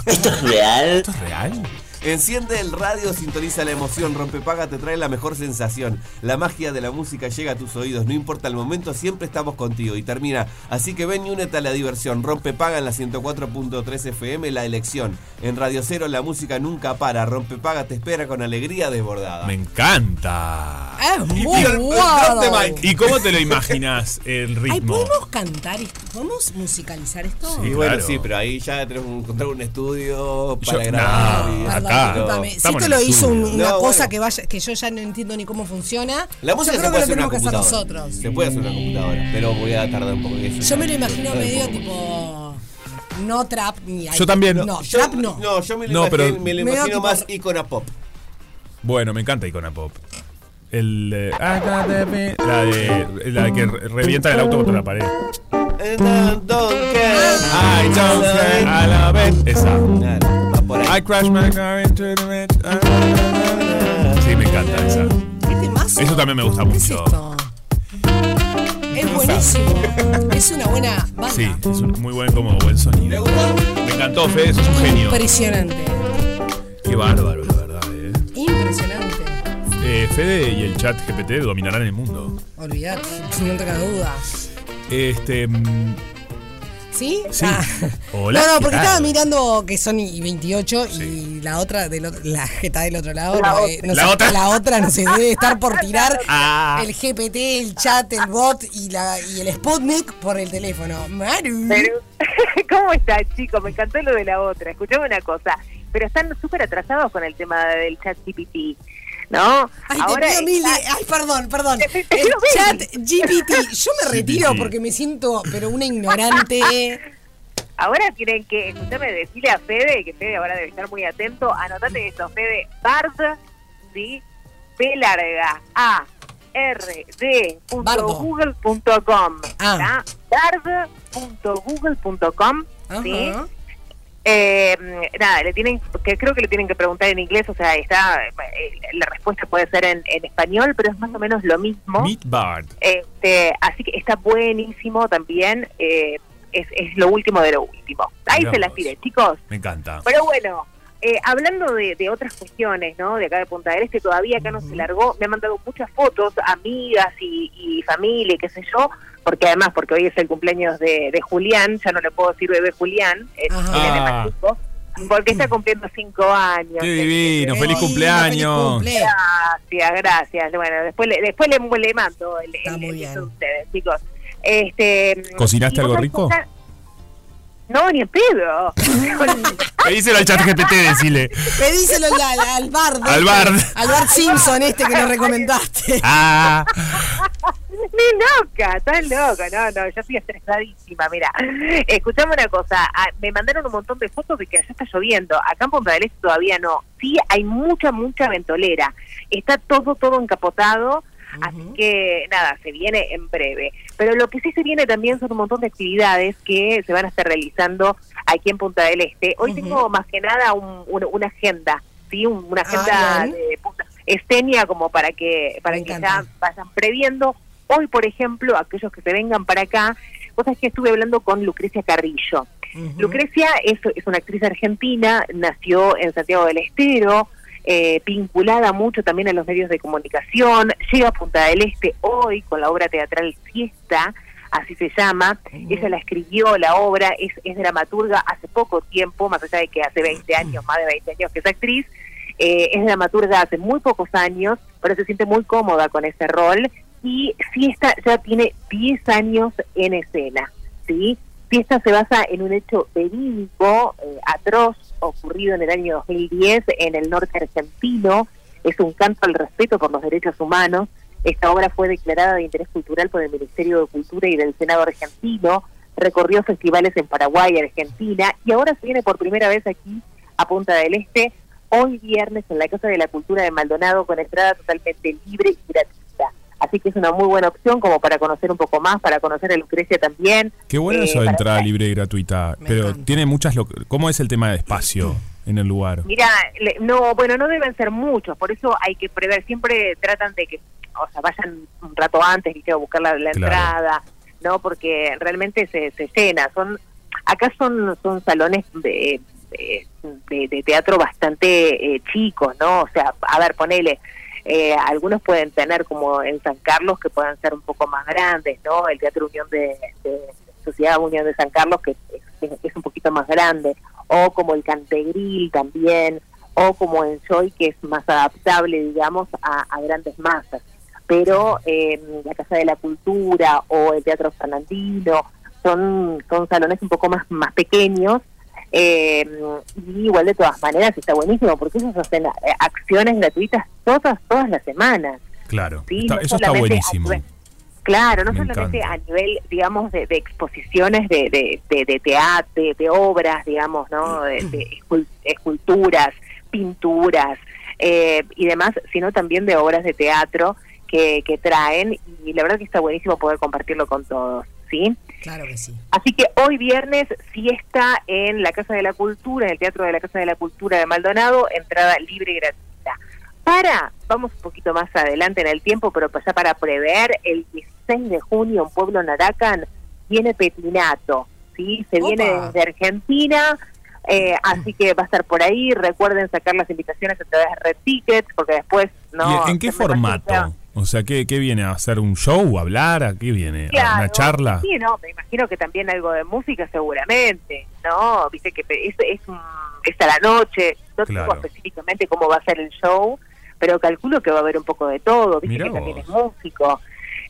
¿Esto es real? ¿Esto es real? Enciende el radio, sintoniza la emoción, Rompepaga te trae la mejor sensación. La magia de la música llega a tus oídos, no importa el momento, siempre estamos contigo. Y termina, así que ven y únete a la diversión. Rompepaga en la 104.3 FM, la elección. En Radio Cero la música nunca para, Rompepaga te espera con alegría desbordada. Me encanta. Es muy mira, guau. drop de mic. ¿Y cómo te lo imaginas Ay, el ritmo? ¿podemos cantar esto? ¿Podemos musicalizar esto? Sí. Y bueno, claro. sí, pero ahí ya tenemos que encontrar un Yo- estudio para grabar. no, y- acá. Perdón, pero- discúlpame. Si estamos esto en el lo hizo un- estudio. una No, cosa bueno. que vaya, que yo ya no entiendo ni cómo funciona, La música yo se creo que puede lo hacer en tenemos una que hacer computadora. nosotros. Se puede hacer en una computadora, pero voy a tardar un poco. eso Yo me lo tarda- imagino tarda un medio poco. tipo. No trap ni Yo también. No, No, trap no. yo me lo, No, imagino, pero- me lo Medio imagino tipo- más icona pop. Bueno, me encanta Icona Pop. El. eh, la de. La que re- revienta el auto contra la pared. And I don't care. Ay, chau, I love it. Esa. Claro, más por ahí. I crashed my car into the mat- ah, ah, ah. Sí, me encanta esa. Eso también me gusta mucho. Es buenísimo. Es una buena banda. Sí, es un muy buen como buen sonido. Me encantó, Fede, sos un genio. Impresionante. Qué bárbaro, la verdad, eh. Impresionante. Eh, Fede y el chat GPT dominarán el mundo. Olvidate, sin otra duda. Este. mm, ¿Sí? Sí. Ah. Hola, no, no, ¿qué porque tal? estaba mirando que son y 28 y la otra, del otro- la jeta del otro lado. La no, otra. eh, no La sé, otra. la otra, no sé, debe estar por tirar Ah. el GPT, el chat, el bot y, la, y el Sputnik por el teléfono. Maru. Pero- ¿Cómo estás, chicos? Me encantó lo de la otra. Escuchame una cosa. Pero están súper atrasados con el tema del chat GPT, ¿no? Ay, te pido mil de- ay, perdón, perdón. El chat GPT. Yo me retiro GPT. porque me siento, pero una ignorante. Ahora tienen que, escúchame, decirle a Fede, que Fede ahora debe estar muy atento, anotate esto, Fede, Bard, ¿sí? B larga, A, R, D, punto Bardo. Google punto com, Ah. ¿tá? Bard punto Google punto com, ¿sí? Ajá. Eh, nada, le tienen que creo que le tienen que preguntar en inglés, o sea, está eh, la respuesta puede ser en, en español, pero es más o menos lo mismo. Meet Bard. Este, así que está buenísimo también. eh, es, es lo último de lo último. Ahí Mirá se las vos. tiré, chicos. Me encanta. Pero bueno, eh, hablando de, de otras cuestiones, ¿no? De acá de Punta del Este, todavía acá no se largó. Me han mandado muchas fotos, amigas y, y familia, y qué sé yo. Porque además, porque hoy es el cumpleaños de, de Julián, ya no le puedo decir bebé Julián, es Ajá. Ah. Julián Emancipo, porque está cumpliendo cinco años. Qué divino, feliz Divino, cumpleaños. Gracias, gracias. Bueno, después le, después le, le mando el, el- el beso a ustedes, chicos. Este, ¿Cocinaste y algo vos sabés rico? que acá- No, ni en pedo. Pedíselo al chat GPT, decile. Pedíselo al, al, al Bard. Al Bard. Al Bard Simpson este que nos recomendaste. Ah. Ni loca, estás loco. No, no, yo estoy estresadísima. Mira, escuchame una cosa. ah, Me mandaron un montón de fotos de que allá está lloviendo. Acá en Punta del Este todavía no. Sí, hay mucha, mucha ventolera. Está todo, todo encapotado. Así que nada, se viene en breve. Pero lo que sí se viene también son un montón de actividades que se van a estar realizando aquí en Punta del Este. Hoy tengo más que nada un- un- una agenda, ¿sí? Un- una agenda bien. de Punta Estenia como para que para que ya vayan previendo. Hoy, por ejemplo, aquellos que se vengan para acá, cosas que estuve hablando con Lucrecia Carrillo. Lucrecia es, es una actriz argentina, nació en Santiago del Estero, eh, vinculada mucho también a los medios de comunicación, llega a Punta del Este hoy con la obra teatral Fiesta, así se llama, ella la escribió, la obra, es, es dramaturga hace poco tiempo, más allá de que hace 20 años, más de 20 años que es actriz, eh, es dramaturga hace muy pocos años, pero se siente muy cómoda con ese rol y Fiesta ya tiene 10 años en escena, ¿sí? Fiesta se basa en un hecho verídico, eh, atroz, ocurrido en el año 2010 en el norte argentino. Es un canto al respeto por los derechos humanos. Esta obra fue declarada de interés cultural por el Ministerio de Cultura y del Senado argentino. Recorrió festivales en Paraguay, Argentina y ahora se viene por primera vez aquí a Punta del Este, hoy viernes en la Casa de la Cultura de Maldonado con entrada totalmente libre y gratuita. Así que es una muy buena opción como para conocer un poco más, para conocer a Lucrecia también. Qué bueno Eh, eso de para- entrada libre y gratuita. pero tiene muchas. lo- ¿Cómo es el tema de espacio en el lugar? Mira, le- no, bueno, no deben ser muchos, por eso hay que prever, siempre tratan de que, o sea, vayan un rato antes, viste, a buscar la, Claro. la entrada, ¿no? Porque realmente se, se llena, son, acá son, son salones de, de, de- de teatro bastante eh, chicos, ¿no? O sea, a ver, ponele, eh, algunos pueden tener como en San Carlos que puedan ser un poco más grandes, ¿no? El Teatro Unión de, de Sociedad Unión de San Carlos que es, es- es un poquito más grande, o como el Cantegril también, o como el Joy que es más adaptable, digamos, a, a grandes masas. Pero eh, la Casa de la Cultura o el Teatro Fernandino son, son salones un poco más, más pequeños eh, y igual de todas maneras está buenísimo porque ellos hacen eh, acciones gratuitas todas, todas las semanas. Claro. Sí, está- no eso está solamente buenísimo. actúa- Claro, no Me solamente a nivel, digamos, de, de exposiciones de, de, de, de teatro, de, de obras, digamos, ¿no? De, de escul- esculturas, pinturas eh, y demás, sino también de obras de teatro que, que traen y la verdad que está buenísimo poder compartirlo con todos, ¿sí? Claro que sí. Así que hoy viernes fiesta en la Casa de la Cultura, en el Teatro de la Casa de la Cultura de Maldonado, entrada libre y gratuita. Para, vamos un poquito más adelante en el tiempo, pero ya para prever, el 16 de junio en Pueblo Naracán viene Petinato, ¿sí? Se Opa. viene desde Argentina, eh, así que va a estar por ahí. Recuerden sacar las invitaciones a través de Red Tickets, porque después no... ¿Y ¿En qué se me imagino formato? O sea, ¿qué, qué viene? ¿A hacer un show? ¿A hablar? ¿A qué viene? que- ¿A una Claro, charla? Sí, no, me imagino que también algo de música seguramente, ¿no? Viste que pe- es, es, un- es a la noche, no Claro. digo específicamente cómo va a ser el show, pero calculo que va a haber un poco de todo, viste Mirá que también vos. es músico.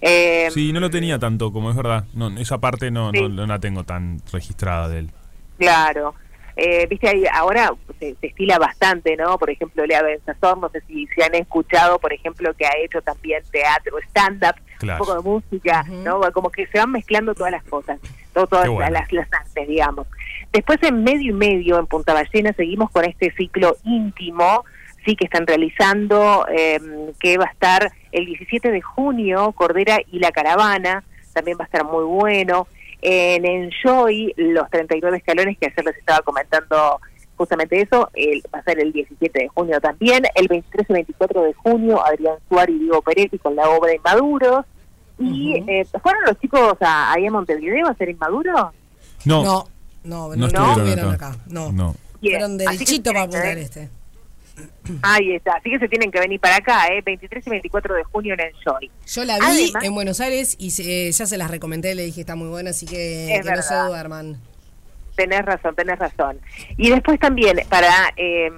Eh, Sí, no lo tenía tanto, como es verdad. No, esa parte no, Sí. no, no la tengo tan registrada de él. Claro. Eh, viste, ahí ahora se, se estila bastante, ¿no? Por ejemplo, Lea Benzazor, no sé si, si han escuchado, por ejemplo, que ha hecho también teatro, stand-up, Claro. un poco de música, ¿no? Como que se van mezclando todas las cosas, todo- todas Qué bueno. las, las artes, digamos. Después, en medio y medio, en Punta Ballena, seguimos con este ciclo íntimo, sí, que están realizando, eh, que va a estar el 17 de junio, Cordera y la Caravana, también va a estar muy bueno. En Enjoy, los 39 escalones, que ayer les estaba comentando justamente eso, el- va a ser el 17 de junio también. El 23 y 24 de junio, Adrián Suárez y Diego Peretti con la obra Inmaduros. Y eh, fueron los chicos a, ahí a Montevideo a hacer Inmaduros. No, No, no, no no estuvieron estuvieron acá. acá. No. No. Bien. Fueron del Así que chito para tienen que apuntar ver. este. Ahí está, así que se tienen que venir para acá, ¿eh? 23 y 24 de junio en Enjoy. Yo la vi Además- en Buenos Aires y se- eh, ya se las recomendé, le dije está muy buena, así que, Es que no se verdad. duerman. Tenés razón, tenés razón. Y después también para eh,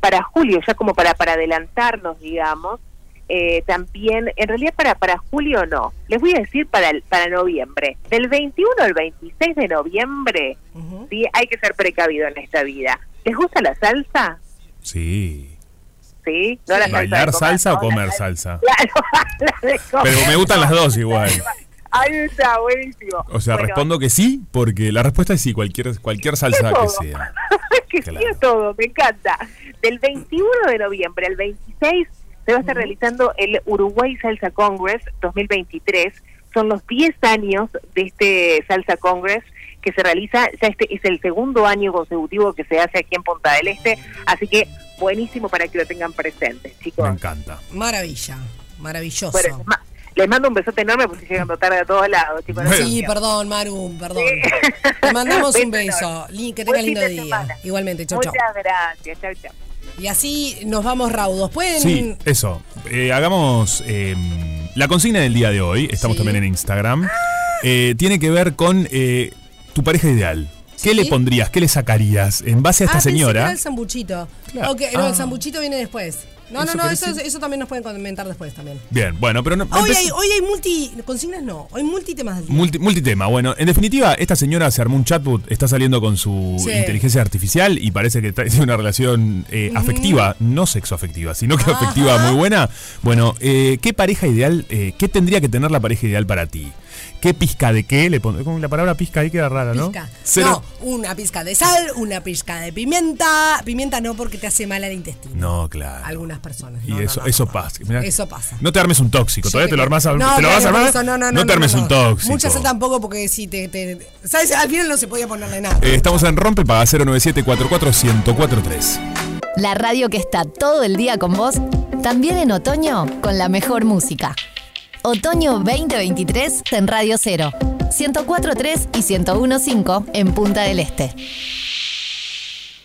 para julio, ya como para para adelantarnos, digamos, eh, también, en realidad para para julio no, les voy a decir para el- para noviembre, del 21 al 26 de noviembre, sí, hay que ser precavido en esta vida. ¿Les gusta la salsa? Sí. Sí, no la salsa de ¿Bailar comer, salsa ¿no? o comer salsa? Claro, la de comer. Pero me gustan las dos igual. Ahí está, buenísimo. O sea, Bueno, respondo que sí, porque la respuesta es sí, cualquier, cualquier salsa todo. que eh. sea. que sí a todo, me encanta. Del 21 de noviembre al 26 se va a estar realizando el Uruguay Salsa Congress 2023. Son los 10 años de este Salsa Congress que se realiza, ya este es el segundo año consecutivo que se hace aquí en Punta del Este, así que buenísimo para que lo tengan presente, chicos. Me encanta. Maravilla, maravilloso. Bueno, ma- les mando un besote enorme porque llegando tarde a todos lados, chicos. Sí, perdón, Maru, perdón. Te mandamos un beso. Li- Que tenga Buen lindo fin de día. semana. Igualmente, chau, chau. Muchas gracias, chau, chau. Y así nos vamos raudos. Pueden Sí, eso. Eh, hagamos eh, la consigna del día de hoy. Estamos también en Instagram. Eh, tiene que ver con eh, tu pareja ideal. ¿Qué Sí. le pondrías? ¿Qué le sacarías? En base a esta ah, pensé que era señora. el sambuchito. Claro. Ok, no, Ah. el sambuchito viene después. No, Eso Ah, no, no, querés eso, decir. eso también nos pueden comentar después también. Bien, bueno, pero no. Hoy empecé- hay, hoy hay multi. Consignas no, hoy multi temas del día. Multi- multitema, bueno, en definitiva, esta señora se armó un chatbot, está saliendo con su Sí. inteligencia artificial y parece que está- tiene una relación eh, Ujú. Ah. afectiva, no sexoafectiva, sino que afectiva muy buena. Bueno, eh, ¿qué pareja ideal, eh, qué tendría que tener la pareja ideal para ti? ¿Qué pizca de qué? Le pon- con la palabra pizca ahí queda rara, ¿no? Pizca. Cero- No, una pizca de sal, una pizca de pimienta. Pimienta no porque te hace mal al intestino. No, claro. Algunas personas. Y no, no, eso, no. eso pasa. Mirá, Eso pasa. No te armes un tóxico, Yo todavía te creo- lo, armás, a- No, te claro, lo vas a por armar. eso, no, no, te armes no, un no. tóxico. Mucha sal tampoco porque si te, te- ¿Sabes? Al final no se podía ponerle nada. Eh, estamos en Rompepaga 097 44 1043 La radio que está todo el día con vos, también en otoño con la mejor música. Otoño 2023 en Radio 0, 104.3 y 101.5 en Punta del Este.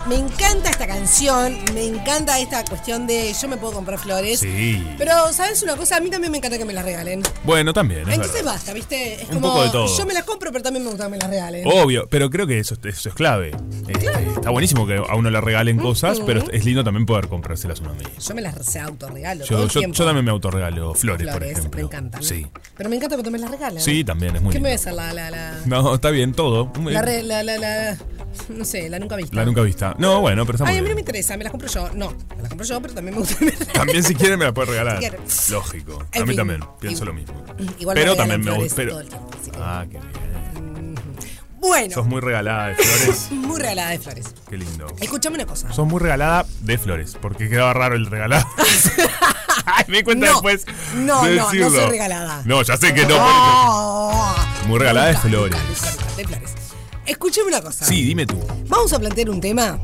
Me encanta esta canción, me encanta esta cuestión de yo me puedo comprar flores. Sí. Pero, ¿sabes una cosa? A mí también me encanta que me las regalen. Bueno, también. es Entonces verdad. basta, ¿viste? Es Un poco de todo. yo me las compro, pero también me gusta que me las regalen. Obvio, pero creo que eso, eso es clave. Eh, Está buenísimo que a uno le regalen cosas, Ujú. pero es lindo también poder comprárselas uno mismo. Yo me las se autorregalo. todo Yo, el yo, tiempo. yo también me autorregalo flores, por Flores, ejemplo. me encantan. Sí. Pero me encanta cuando me las regalan. Sí, también, es muy ¿Qué me voy a lindo. hacer? La, la, la, No, está bien, todo. Eh, la, re- la, la, la- No sé, la nunca vista. La nunca vista. No, bueno, pero está muy Ay, a mí no bien. me interesa, me las compro yo. No, me las compro yo, pero también me gusta. que me las- También si quieren me la puedes regalar. Si quieren. Lógico. En a mí fin. también, pienso lo mismo. Igual me pero regalan también me flores gusta. pero- todo el tiempo, así que- Ah, qué bien. Bueno. Sos muy regalada de flores. Muy regalada de flores. Qué lindo. Escuchame una cosa. Sos muy regalada de flores, porque quedaba raro el regalado. Ay, me di cuenta No, después. no, de no, no decirlo. soy regalada. No, ya sé que no. Oh, pero- Muy regalada de flores. de flores. Escuchame una cosa. Sí, dime tú. Vamos a plantear un tema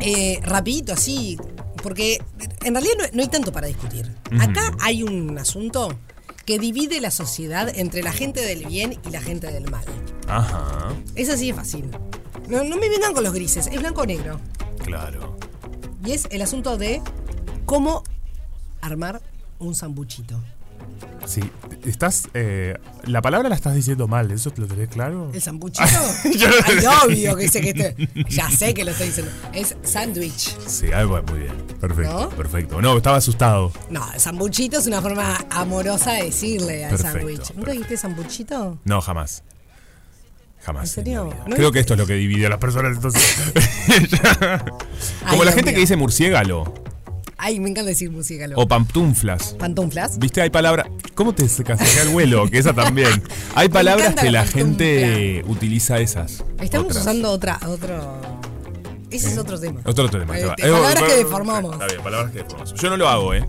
eh, rapidito, así, porque en realidad no, no hay tanto para discutir. Ujú. Acá hay un asunto que divide la sociedad entre la gente del bien y la gente del mal. Ajá, Es así de fácil. No, no me vengan con los grises, es blanco o negro. claro. Y es el asunto de cómo armar un sambuchito. Sí, estás. eh, la palabra la estás diciendo mal, ¿eso te lo tenés claro? ¿El sambuchito? Yo no Ay, sé. obvio que sé que este- Ya sé que lo estoy diciendo. Es sándwich. Sí, ahí va, muy bien. Perfecto, ¿No? perfecto. No, estaba asustado. No, el sambuchito es una forma amorosa de decirle al Perfecto, sándwich. ¿Nunca dijiste sambuchito? No, jamás. Jamás. ¿En serio? ¿No? Creo que esto es lo que divide a las personas entonces. Ay, Como la Dios gente mío. que dice murciégalo Ay, me encanta decir música. o pantuflas. ¿Pantuflas? Viste, hay palabras. ¿Cómo te sacas el vuelo? Que esa también. Hay palabras encanta que la la gente utiliza esas. Estamos Otras. usando otra, otro. Ese es otro tema. Otro tema. Eh, se va. te- palabras Eh, que eh, deformamos. Está bien, palabras que deformamos. Yo no lo hago, ¿eh?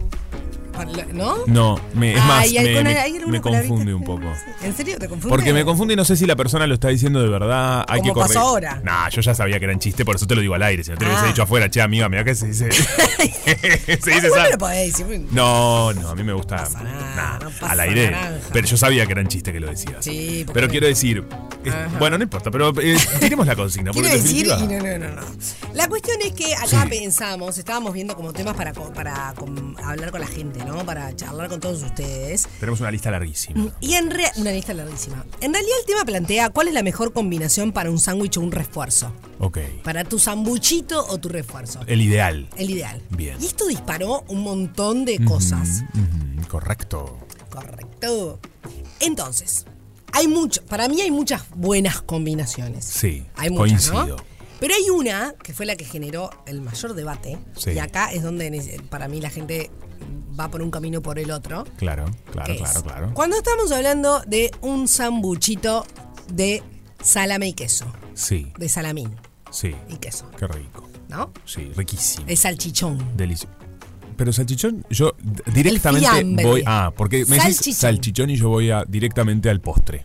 Para- ¿No? No, me, es más, Ay, ¿hay me, alguna- me- hay alguna me palabrita confunde un poco. ¿En serio te confundes? Porque me confunde y no sé si la persona lo está diciendo de verdad. Hay Como que corregir. pasó ahora. Nah, yo ya sabía que eran chistes, por eso te lo digo al aire. Si no te lo Ah. hubiese dicho afuera, che, amiga, mira que se dice. se dice Igual esa- no lo podés decir. No, no, a mí me gusta. nah, al aire. naranja. Pero yo sabía que eran chistes que lo decías. Sí, porque- Pero quiero decir. es- bueno, no importa, pero eh, tiremos la consigna. Quiero porque en decir, y definitiva- no, no, no, no. La cuestión es que acá pensamos, estábamos viendo como temas para, co- para com- hablar con la gente, ¿no? Para charlar con todos ustedes. Tenemos una lista larguísima. Y en realidad, una lista larguísima. En realidad el tema plantea cuál es la mejor combinación para un sándwich o un refuerzo. Ok. Para tu sambuchito o tu refuerzo. El ideal. El ideal. Bien. Y esto disparó un montón de cosas. Ujú, ujú, correcto. Correcto. Entonces, hay mucho, para mí hay muchas buenas combinaciones. Sí. Hay muchas, coincido. ¿no? Pero hay una que fue la que generó el mayor debate. Sí. Y acá es donde nece- para mí la gente va por un camino por el otro. Claro, claro, ¿Qué es? claro, claro. Cuando estamos hablando de un sambuchito de salame y queso, Sí, de salamín sí. y queso, Qué rico. ¿no? Sí, riquísimo. De salchichón. Delicioso. Pero salchichón, yo d- directamente fiambre. voy. Ah, porque me Salchichón. decís salchichón y yo voy a, directamente al postre.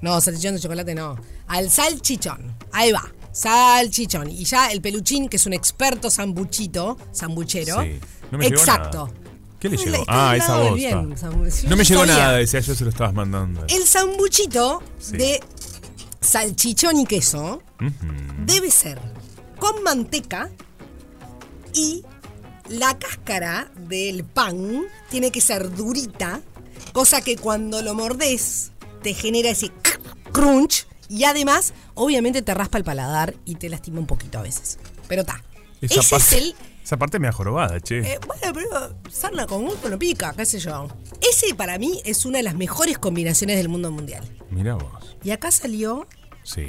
No, salchichón de chocolate no. Al salchichón. Ahí va. Salchichón. Y ya el peluchín, que es un experto sambuchito, sambuchero. Sí. No me llegó Exacto. ¿Qué le Ay, llegó? la- Ah, estoy esa hablando voz. bien, sambu- No me yo llegó sabía. nada, decía yo se lo estabas mandando. El sambuchito Sí. de salchichón y queso Ujú. debe ser con manteca y la cáscara del pan tiene que ser durita, cosa que cuando lo mordes te genera ese crunch y además obviamente te raspa el paladar y te lastima un poquito a veces. Pero está. Ese es el esa parte me ha jorobada, che. eh, bueno, pero sarna con gusto no pica, qué sé yo. Ese para mí es una de las mejores combinaciones del mundo mundial. Mirá vos. Y acá salió, Sí.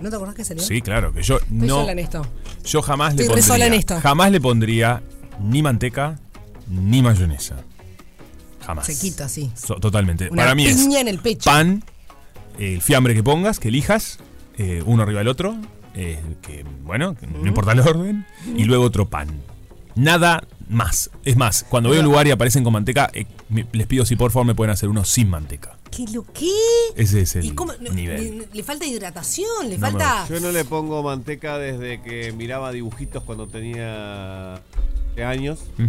¿no te acordás que salió? Sí, claro, que yo Estoy no. sola en esto. Yo jamás le Estoy re pondría. sola en esto. Jamás le pondría ni manteca ni mayonesa. Jamás. Se quita así. So- totalmente. Una Para mí es piña en el pecho. pan, el fiambre que pongas, que elijas, eh, uno arriba del otro, eh, que bueno, que no importa el orden, y luego otro pan. Nada más. Es más, cuando veo un lugar y aparecen con manteca, eh, me- les pido si por favor me pueden hacer uno sin manteca. ¿Qué lo qué? Ese es el ¿Y cómo? Le, nivel. le- le falta hidratación, le No me falta. Yo no le pongo manteca desde que miraba dibujitos cuando tenía 12 años. Ujú.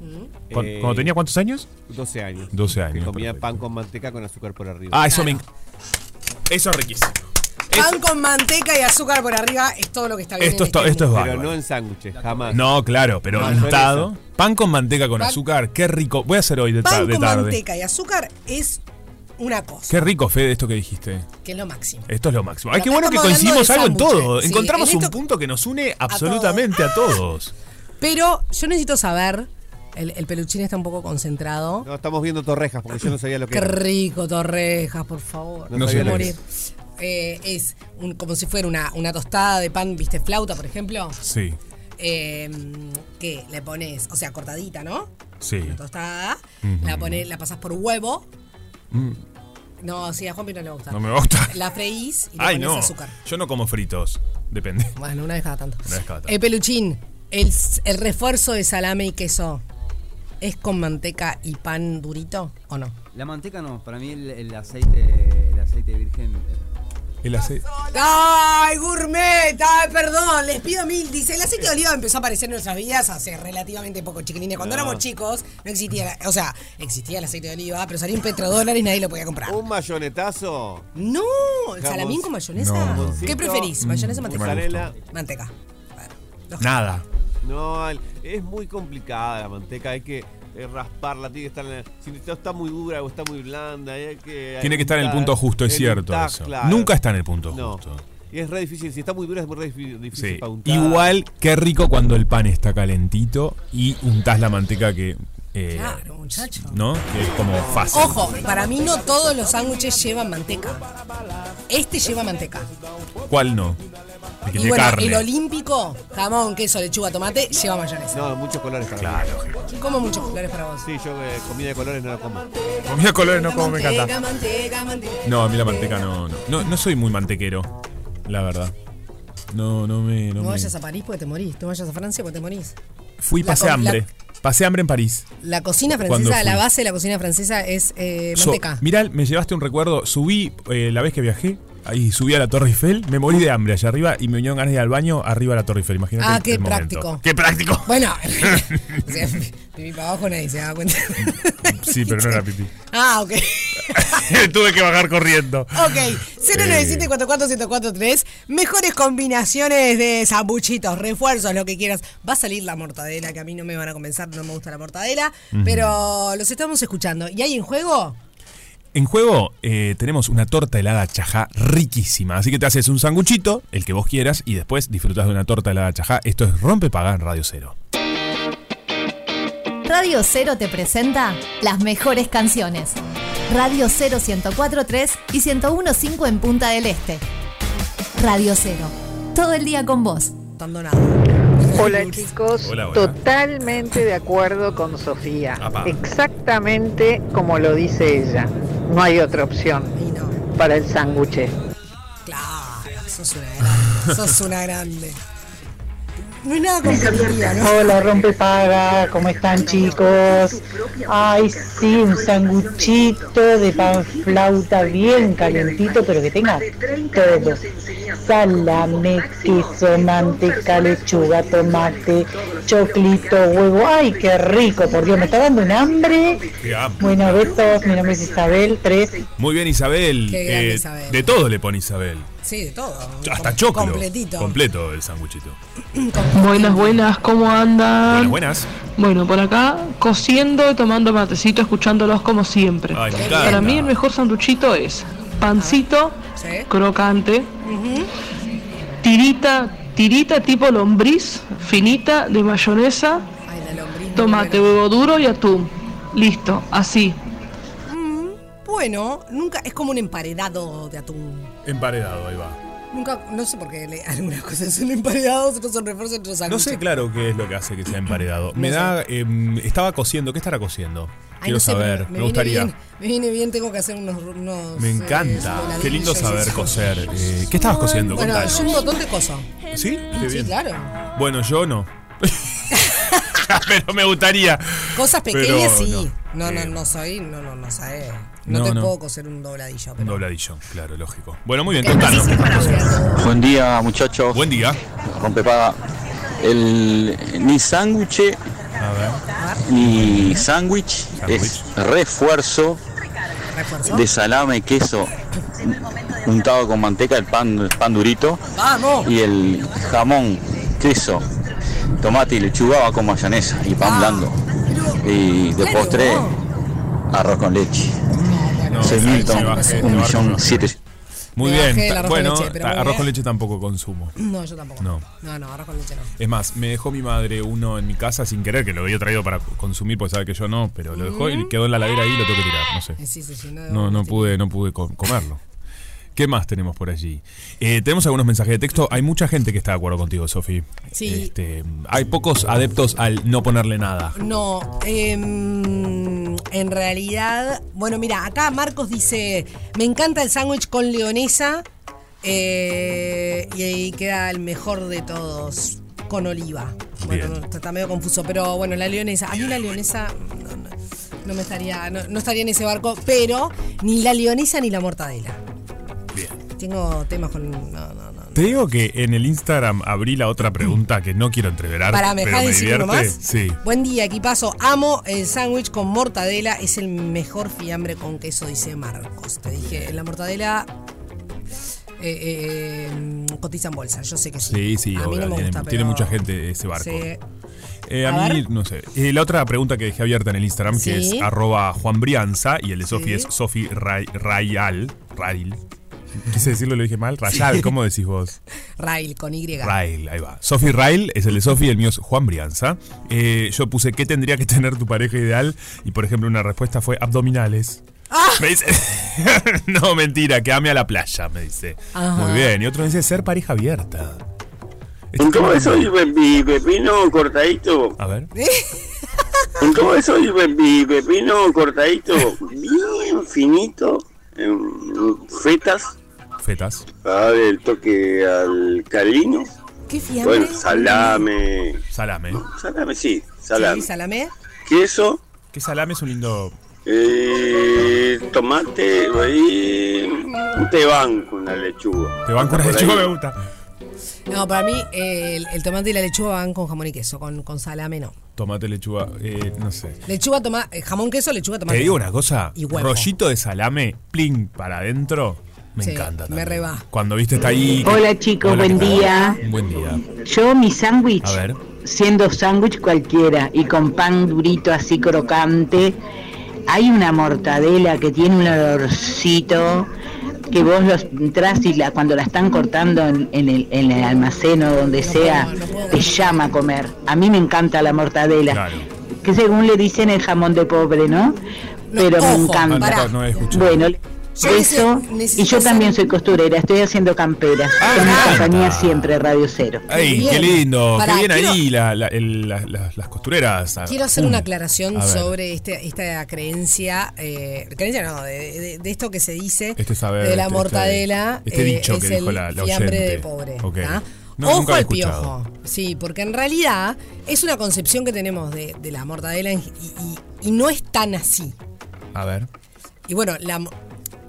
Mm. ¿Cu- Eh, ¿Cuando tenía cuántos años? 12 años. 12 años, Que comía pan con manteca con azúcar por arriba. Ah, eso me. Eso es riquísimo. Pan con manteca y azúcar por arriba es todo lo que está bien. Esto en es, to- este esto es mundo. bárbaro. No en sándwiches, jamás. No, claro, pero No, no. untado. Pan con manteca con Pan- azúcar, qué rico. Voy a hacer hoy de, ta- Pan de con tarde. manteca y azúcar es una cosa, Qué rico, Fede, esto que dijiste. que es lo máximo. Esto es lo máximo. Ay, Pero qué acá bueno que estamos hablando coincidimos de algo en sándwiches. todo. Sí, Encontramos en un esto- Ah. punto que nos une absolutamente a todos. Pero yo necesito saber. El, el peluchín está un poco concentrado. No, estamos viendo torrejas porque yo no sabía lo que Qué era. rico, torrejas, por favor. No me sabía voy a lo que morir. Eh, es un- como si fuera una, una tostada de pan, viste, flauta, por ejemplo. Sí, eh, que le pones, o sea, cortadita, ¿no? sí. Tostada. Ujú. La pones, la pasas por huevo. Mm. No, sí, a Juanpi no le gusta. No me gusta. La freís y le Ay, pones no. azúcar. Yo no como fritos. Depende. Bueno, una vez cada tanto. Una vez cada tanto. El peluchín, el, el refuerzo de salame y queso, ¿es con manteca y pan durito o no? La manteca no, para mí el, el aceite el aceite virgen. eh. El aceite. ¡Ay, gourmet! ¡Ay, perdón! Les pido mil. Dice, el aceite de oliva empezó a aparecer en nuestras vidas hace relativamente poco, chiquilines. Cuando No. éramos chicos, no existía, la- o sea, existía el aceite de oliva, pero salía un petrodólar y nadie lo podía comprar. ¿Un mayonetazo? No, el salamín con mayonesa. ¿Qué preferís? ¿Mayonesa o manteca? Mozzarella. Manteca. Nada. No, el- es muy complicada la manteca, hay que eh, rasparla, tiene que estar en la- si está, está muy dura o está muy blanda, hay que Tiene que estar en el punto justo, es cierto tac, eso. claro. Nunca está en el punto No. Y es re difícil, si está muy dura es re difí- difícil Sí. para untar. Igual, qué rico cuando el pan está calentito y untás la manteca que. eh, Claro, muchacho. ¿No? Que es como fácil. Ojo, para mí no todos los sándwiches llevan manteca. Este lleva manteca. ¿Cuál no? El que Y tiene bueno, carne. el olímpico, jamón, queso, lechuga, tomate, lleva mayonesa. No, muchos colores para Claro. Como muchos colores para vos. Sí, yo eh, comida de colores no la como. Comida de colores no como, me encanta. Manteca, manteca, manteca. No, a mí la manteca no, no. No, no soy muy mantequero, la verdad. No, no me. No No, me- vayas a París porque te morís. No vayas a Francia porque te morís. Fui y la pasé com- hambre. Pasé hambre en París. La cocina Cuando francesa, la fui. base de la cocina francesa es eh, So- manteca. mirá, me llevaste un recuerdo. Subí eh, la vez que viajé, ahí subí a la Torre Eiffel, me morí de hambre allá arriba y me vinieron ganas de ir al baño arriba a la Torre Eiffel. Imagínate. Ah, el qué momento. práctico. Qué práctico. Bueno, o sea, pipí para abajo nadie se da cuenta. Sí, pero no era pipí. Ah, ok. Tuve que bajar corriendo. Ok, 097-44143. Mejores combinaciones de sambuchitos, refuerzos, lo que quieras. Va a salir la mortadela, que a mí no me van a comenzar, no me gusta la mortadela. Ujú. Pero los estamos escuchando. ¿Y hay en juego? En juego eh, tenemos una torta helada chajá riquísima. Así que te haces un sanguchito, el que vos quieras, y después disfrutás de una torta helada chajá. Esto es Rompe Paga en Radio Cero. Radio Cero te presenta las mejores canciones. Radio Cero 1043 y 1015 en Punta del Este. Radio Cero. Todo el día con vos. Hola chicos, Hola, hola. totalmente de acuerdo con Sofía. Apa. Exactamente como lo dice ella. No hay otra opción para el sándwich. Claro, sos una grande. Sos una grande. No es nada competitiva, ¿no? Hola, rompe paga, ¿cómo están chicos? Ay, sí, un sanguchito de pan flauta bien calentito, pero que tenga todo. Salame, queso, manteca, lechuga, tomate, choclito, huevo. Ay, qué rico, por Dios, me está dando un hambre. Qué hambre. Bueno, besos, mi nombre es Isabel, 3. Muy bien, Isabel. Qué grande Eh, Isabel. De todo le pone Isabel. Sí, de todo. Hasta choclo. completito. Completo el sanguchito. Buenas, buenas, ¿cómo andan? Buenas, buenas. Bueno, por acá, cociendo, tomando matecito, escuchándolos como siempre. Ay, me encanta. Para mí el mejor sanduchito es pancito, crocante, tirita, tirita tipo lombriz, finita, de mayonesa, tomate, huevo duro y atún. Listo, así. Bueno, nunca es como un emparedado de atún. Emparedado, ahí va. Nunca, no sé por qué le- algunas cosas son emparedados, otras son refuerzos, otros No sándwiches. sé, claro, qué es lo que hace que sea emparedado. Me No da. em, estaba cociendo. ¿Qué estará cociendo? Ay, Quiero no sé, saber. pero Me, viene gustaría. bien, me viene bien, tengo que hacer unos. unos, Me eh, encanta. doradillos, Qué lindo saber eso. coser. Eh, ¿Qué estabas cosiendo? Bueno, Contalo. yo un montón de cosas. ¿Sí? Qué Sí, bien. claro. Bueno, yo no. Pero me gustaría. Cosas Pero pequeñas sí. no. No, no, Eh, no soy, no, no, no sabes. No, No, te no. puedo coser un dobladillo. Un dobladillo, claro, lógico. Bueno, muy bien, Qué contanos. Buen día, muchachos. Buen día. Rompe paga. El, ni sándwich, ni sándwich, es refuerzo Refuerzo. de salame, queso untado con manteca, el pan, el pan durito. ¡Vamos! Y el jamón, queso, tomate y lechuga va con mayonesa y pan blando. Y de postre, arroz con leche. No, Soy ahí Milton, me bajé, un me bajé, millón me bajé. siete- Muy Me bien. bajé el ta- arroz con bueno, leche, pero ta- muy arroz bien. con leche tampoco consumo. No, yo tampoco. No. no, no arroz con leche no. Es más, me dejó mi madre uno en mi casa sin querer, que lo había traído para consumir, porque sabe que yo no, pero lo dejó y quedó en la ladera ahí y lo tengo que tirar, no sé. Eh, Mm. sí, se llenó de No, no pude, no pude co- comerlo. ¿Qué más tenemos por allí? Eh, tenemos algunos mensajes de texto. Hay mucha gente que está de acuerdo contigo, Sofi. Sí. Este, hay pocos adeptos al no ponerle nada. No, em, en realidad, bueno, mira, acá Marcos dice, me encanta el sándwich con leonesa eh, y ahí queda el mejor de todos, con oliva. Bueno, Bien. no, está, está medio confuso, pero bueno, la leonesa, a mí la leonesa no, no- no me estaría, no, no estaría en ese barco, pero ni la leonesa ni la mortadela. Tengo temas con... no, no, no. Te digo que en el Instagram abrí la otra pregunta que no quiero entreverar. Pará, ¿me pero dejás me decir uno divierte. más? Sí. Buen día, equipazo. Amo el sándwich con mortadela. Es el mejor fiambre con queso, dice Marcos. Te dije, la mortadela eh, eh, mm, cotiza en bolsa. Yo sé que sí. Sí, sí, A mí obvio, no me tiene, gusta, tiene pero- mucha gente ese barco. Sí. Eh, a, A mí, ver. no sé. Eh, la otra pregunta que dejé abierta en el Instagram, que Sí. es arroba Juan Brianza, y el de Sofi Sí. es Sofi Ray- Rayal. Rail. Quise decirlo, lo dije mal. Rayal, Sí. ¿cómo decís vos? Rail con Y. Rail, ahí va. Sofi Rail es el de Sofi, el mío es Juan Brianza. Eh, yo puse, ¿qué tendría que tener tu pareja ideal? Y por ejemplo, una respuesta fue abdominales. Me dice, no, mentira, que ame a la playa, me dice. Ajá. Muy bien. Y otro dice, ser pareja abierta. Un todo eso y pe- y pepino cortadito. A ver. ¿Eh? Un todo eso y pe- y pepino cortadito. Bien finito. En fetas. Fetas. Para darle el toque al calino. ¿Qué fiambre? Bueno, salame. Salame. Salame, sí. Salame. Sí, salame. Queso. Que salame es un lindo. Eh, tomate, ahí te van con la lechuga. Te van con la Por lechuga, ahí. me gusta. No, para mí eh, el, el tomate y la lechuga van con jamón y queso. Con, con salame no. Tomate, lechuga, eh, no sé. Lechuga, toma, eh, jamón, queso, lechuga, tomate. Te digo una cosa, Y huevo. rollito de salame, pling, para adentro, me Sí, encanta. Me reba. Cuando viste está ahí... Hola, chicos, Hola, buen ¿qué tal? día. Buen día. Yo mi sándwich, A ver. siendo sándwich cualquiera y con pan durito así crocante, hay una mortadela que tiene un olorcito que vos los entras y la, cuando la están cortando en, en el, en el almacén o donde sea, te llama a comer. A mí me encanta la mortadela, que según le dicen el jamón de pobre, ¿no? Pero me ojo, encanta. pará. No, no he escuchado. bueno, Yo eso, hice- y yo necesito también soy costurera, estoy haciendo camperas. Ah, Con mi compañía siempre, Radio Cero. ¡Ey, Bien. qué lindo! Pará, ¡Qué bien quiero- ahí la- la- el- la- la- las costureras! Ah, Quiero hacer pum. una aclaración A ver, sobre este, esta creencia, eh, creencia no, de, de- de esto que se dice Este saber, de la este- mortadela, este- este eh, dicho es que el dijo la- la fiambre oyente. de pobre. Ok. ¿tá? No, nunca Ojo lo he al escuchado. piojo, sí, porque en realidad es una concepción que tenemos de, de la mortadela en- y, y- y no es tan así. A ver. Y bueno, la, mo-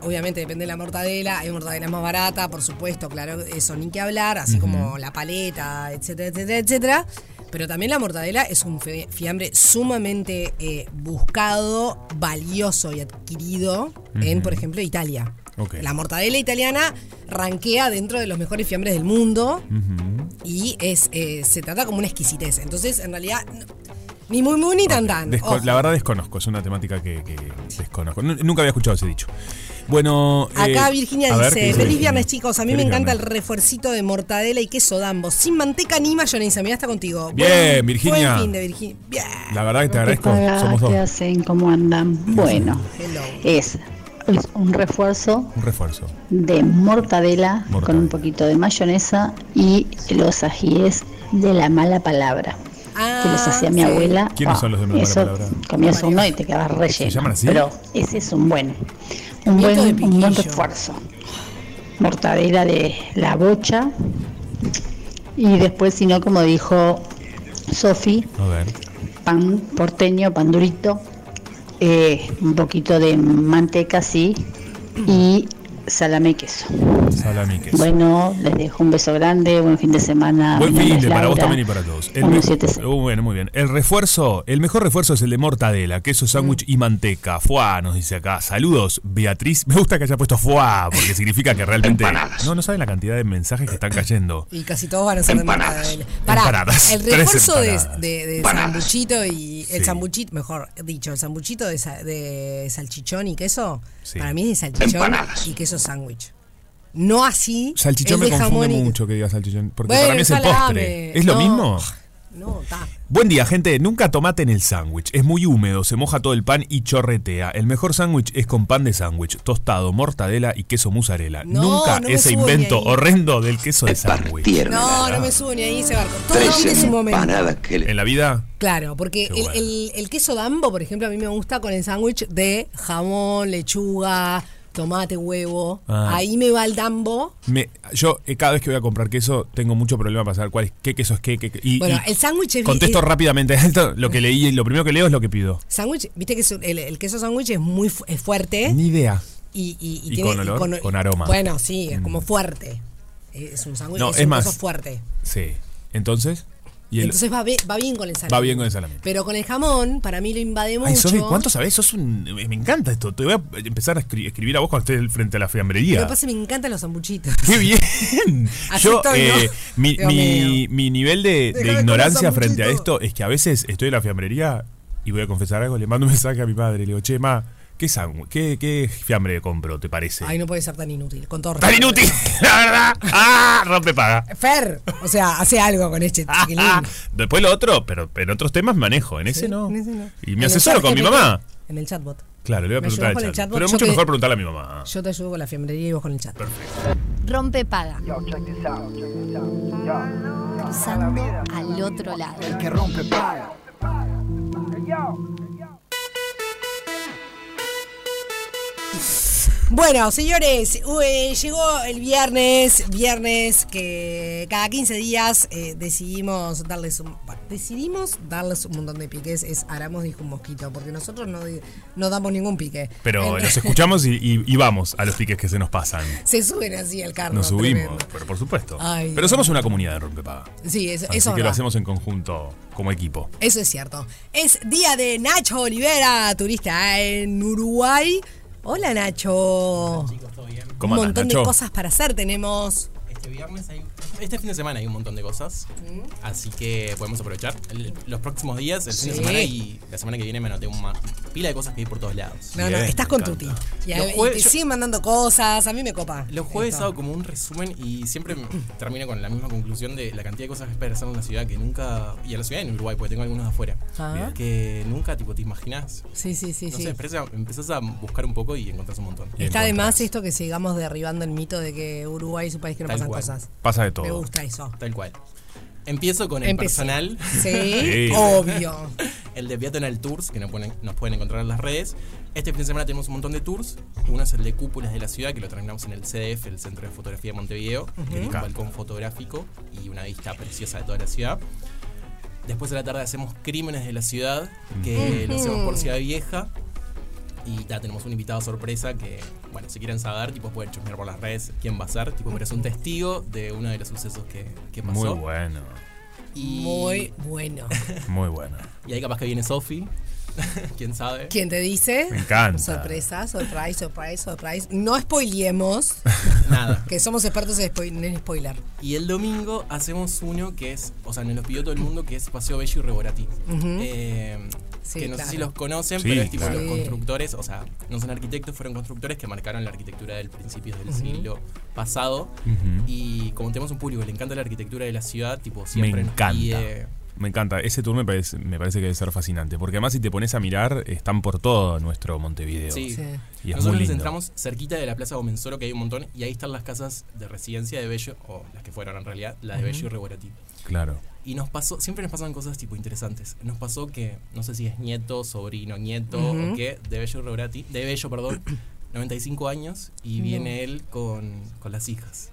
obviamente depende de la mortadela, hay mortadela más barata, por supuesto, claro, eso ni que hablar, así Ujú. como la paleta, etcétera, etcétera, etcétera. Pero también la mortadela es un fe- fiambre sumamente eh, buscado, valioso y adquirido en, Ujú. por ejemplo, Italia. Ok. La mortadela italiana ranquea dentro de los mejores fiambres del mundo Ujú. y es, eh, se trata como una exquisitez. Entonces, en realidad, no- ni muy muy ni tan tan. Desco- Ojo. la verdad desconozco, es una temática que, que desconozco. Nu- Nunca había escuchado ese dicho. Bueno... Acá eh, Virginia a ver, ¿qué dice, feliz viernes Virginia? chicos, a mí me Feliz encanta el viernes". refuercito de mortadela y queso dambo, sin manteca ni mayonesa, mira, está contigo. Bien, Buen- Virginia. Buen fin de Virginia. Bien. La verdad que te agradezco, Paga, somos ¿Qué dos. hacen? ¿Cómo andan? Bueno, es, es un refuerzo Un refuerzo. de mortadela, con un poquito de mayonesa y los ajíes de la mala palabra que los hacía mi abuela. ¿Quiénes Ah, son los de mala eso, palabra? Comías uno y te quedabas relleno. llaman así? Pero ese es un buen, un buen, Nieto de un buen piquillo. refuerzo. Mortadela de la bocha y después, si no, como dijo Sofi, A ver. pan porteño, pan durito, eh, un poquito de manteca, sí, y salame y queso. Salami y queso. Bueno, les dejo un beso grande, buen fin de semana. Buen Mi nombre fin es de para vos Laura. también y para todos. El uno me- siete Oh, bueno, muy bien. El refuerzo, el mejor refuerzo es el de mortadela, queso, sándwich y manteca. Fuá, nos dice acá. Saludos, Beatriz. Me gusta que haya puesto fuá, porque significa que realmente. No, no saben la cantidad de mensajes que están cayendo. Y casi todos van a ser de mortadela. Pará, Empanadas. el Tres refuerzo de, empanadas. de, de sambuchito y el sambuchito, mejor dicho, el sambuchito de, sa- de salchichón y queso, Sí. para mí es de salchichón Empanadas. y queso sándwich. No así, Salchichón el me de confunde jamón y- mucho que diga salchichón, porque Bueno, para mí es el salame. postre. ¿Es lo No. mismo? No, está. Buen día, gente. Nunca tomate en el sándwich. Es muy húmedo, se moja todo el pan y chorretea. El mejor sándwich es con pan de sándwich, tostado, mortadela y queso mozzarella. No, Nunca no me ese subo ni invento ahí. horrendo del queso de sándwich. No, no me subo ni ahí ese barco. Todo hombre es un momento. En la vida, Claro, porque Qué el, bueno. el- el queso dambo, por ejemplo, a mí me gusta con el sándwich de jamón, lechuga, tomate, huevo. Ah. Ahí me va el dambo. me- yo eh, cada vez que voy a comprar queso tengo mucho problema para saber cuál es, qué queso es qué. qué- qué- y, bueno, y el sándwich es... contesto es- rápidamente esto, lo que leí y lo primero que leo es lo que pido. Sándwich, viste que es un- el, el queso sándwich es muy fu- es fuerte Ni idea. y, y- y Mm. Y tiene- con olor, con aroma. Mm. Bueno, sí, es como fuerte. Es un sándwich, No, es, es un más. coso fuerte. Sí. Entonces, y el- Entonces va, be- va bien con el salami. va bien con el salami. Pero con el jamón, para mí lo invade mucho. Ay, Sofi, ¿cuánto sabés? Sos un- me encanta esto. Te voy a empezar a escri- escribir a vos cuando estés frente a la Lo que fiambrería. pasa es que me encantan los sambuchitos. ¡Qué bien! pues, Así Yo, estoy, ¿no? eh, mi, Dios mi- mi nivel de, de Déjame con ignorancia los frente a esto es que a veces estoy en la fiambrería y voy a confesar algo, le mando un mensaje a mi padre, le digo, che, ma, ¿qué, sándwich- qué, qué fiambre compro, te parece? Ay, no puede ser tan inútil. Con todo ¡Tan respeto. inútil! ¡La verdad! ¡Ah! Rompe paga. Fer, o sea, hace algo con este chiquilín. Después lo otro, pero en otros temas manejo, en ese Sí, no. en ese no. Y En me el asesoro chat con mi GPT, mamá. En el chatbot. Claro, le voy Me a preguntar ayudás con al el chat. chatbot, Pero es yo mucho te- mejor preguntarle a mi mamá. Yo te ayudo con la fiambrería y vos con el chat. Rompe paga. Cruzando al otro lado. El que rompe paga. Bueno, señores, u- eh, llegó el viernes, viernes que cada 15 días eh, decidimos darles un bueno, decidimos darles un montón de piques, es Aramos dijo un mosquito, porque nosotros no, di- no damos ningún pique. Pero Eh, nos escuchamos y, y- y vamos a los piques que se nos pasan. se suben así al carro. Nos subimos, tremendo. pero por supuesto. Ay, pero somos una comunidad de rompepaga. Sí, eso, eso Así es que lo verdad. hacemos en conjunto, como equipo. Eso es cierto. Es día de Nacho Olivera, turista en Uruguay. Hola Nacho. ¿Cómo un andas, montón Nacho? de cosas para hacer tenemos. Este viernes hay. Este fin de semana hay un montón de cosas. Mm. Así que podemos aprovechar el- los próximos días, el fin de Sí. semana y la semana que viene me anoté una pila de cosas que hay por todos lados. No, no, estás con Tuti. Y, a- Los y jueves- te yo- siguen mandando cosas, a mí me copa. Los jueves Esto. Mm. hago como un resumen y siempre me- termino con la misma conclusión de la cantidad de cosas que esperas hacer en una ciudad que nunca. Y a la ciudad en Uruguay, porque tengo algunos de afuera. Ah. Bien. Que nunca tipo, te imaginas. Sí, sí, sí, No sí. sé, empieza- empezás a buscar un poco y encontrás un montón. Está de más esto que sigamos derribando el mito de que Uruguay es un país que no Tal pasan cual. cosas. Pasa de Me todo. gusta eso. Tal cual. Empiezo con el Empecé. personal. Sí, Sí. obvio. El de Peatonal Tours, que nos pueden, nos pueden encontrar en las redes. Este fin de semana tenemos un montón de tours. Uno es el de Cúpulas de la Ciudad, que lo terminamos en el CDF, el Centro de Fotografía de Montevideo. que Ujú. tiene un Claro. balcón fotográfico y una vista preciosa de toda la ciudad. Después de la tarde hacemos Crímenes de la Ciudad, que lo hacemos por Ujú. Ciudad Vieja. Y ya tenemos un invitado sorpresa que, bueno, si quieren saber, tipo, pueden chusmear por las redes quién va a ser, tipo, pero es un testigo de uno de los sucesos que, que pasó. Muy bueno. Y- Muy bueno. Muy bueno. Y ahí capaz que viene Sofi, quién sabe. ¿Quién te dice? Me encanta. Sorpresa, surprise, surprise, surprise. No spoileemos, Nada. que somos expertos en spoil- en spoiler. Y el domingo hacemos uno que es, o sea, nos los pidió todo el mundo, que es Paseo Bello y Reborati. Ujú. Eh, que no claro. sé si los conocen, Sí, pero es tipo claro. los Sí. constructores, o sea, no son arquitectos, fueron constructores que marcaron la arquitectura del principio del Ujú. siglo pasado. Ujú. Y como tenemos un público que le encanta la arquitectura de la ciudad, tipo, siempre me nos encanta. pide- Me encanta. Ese tour me parece, me parece que debe ser fascinante. Porque además, si te pones a mirar, están por todo nuestro Montevideo. Sí. Y es muy Nosotros nos lindo. centramos cerquita de la Plaza Gomenzoro, que hay un montón, y ahí están las casas de residencia de Bello, o las que fueron en realidad, las de Ujú. Bello y Reborati. Claro. Y nos pasó, siempre nos pasan cosas tipo interesantes. Nos pasó que, no sé si es nieto, sobrino, nieto Ujú. o qué, de Bello Reborati, de Bello, perdón, 95 años, y No. viene él con, con las hijas.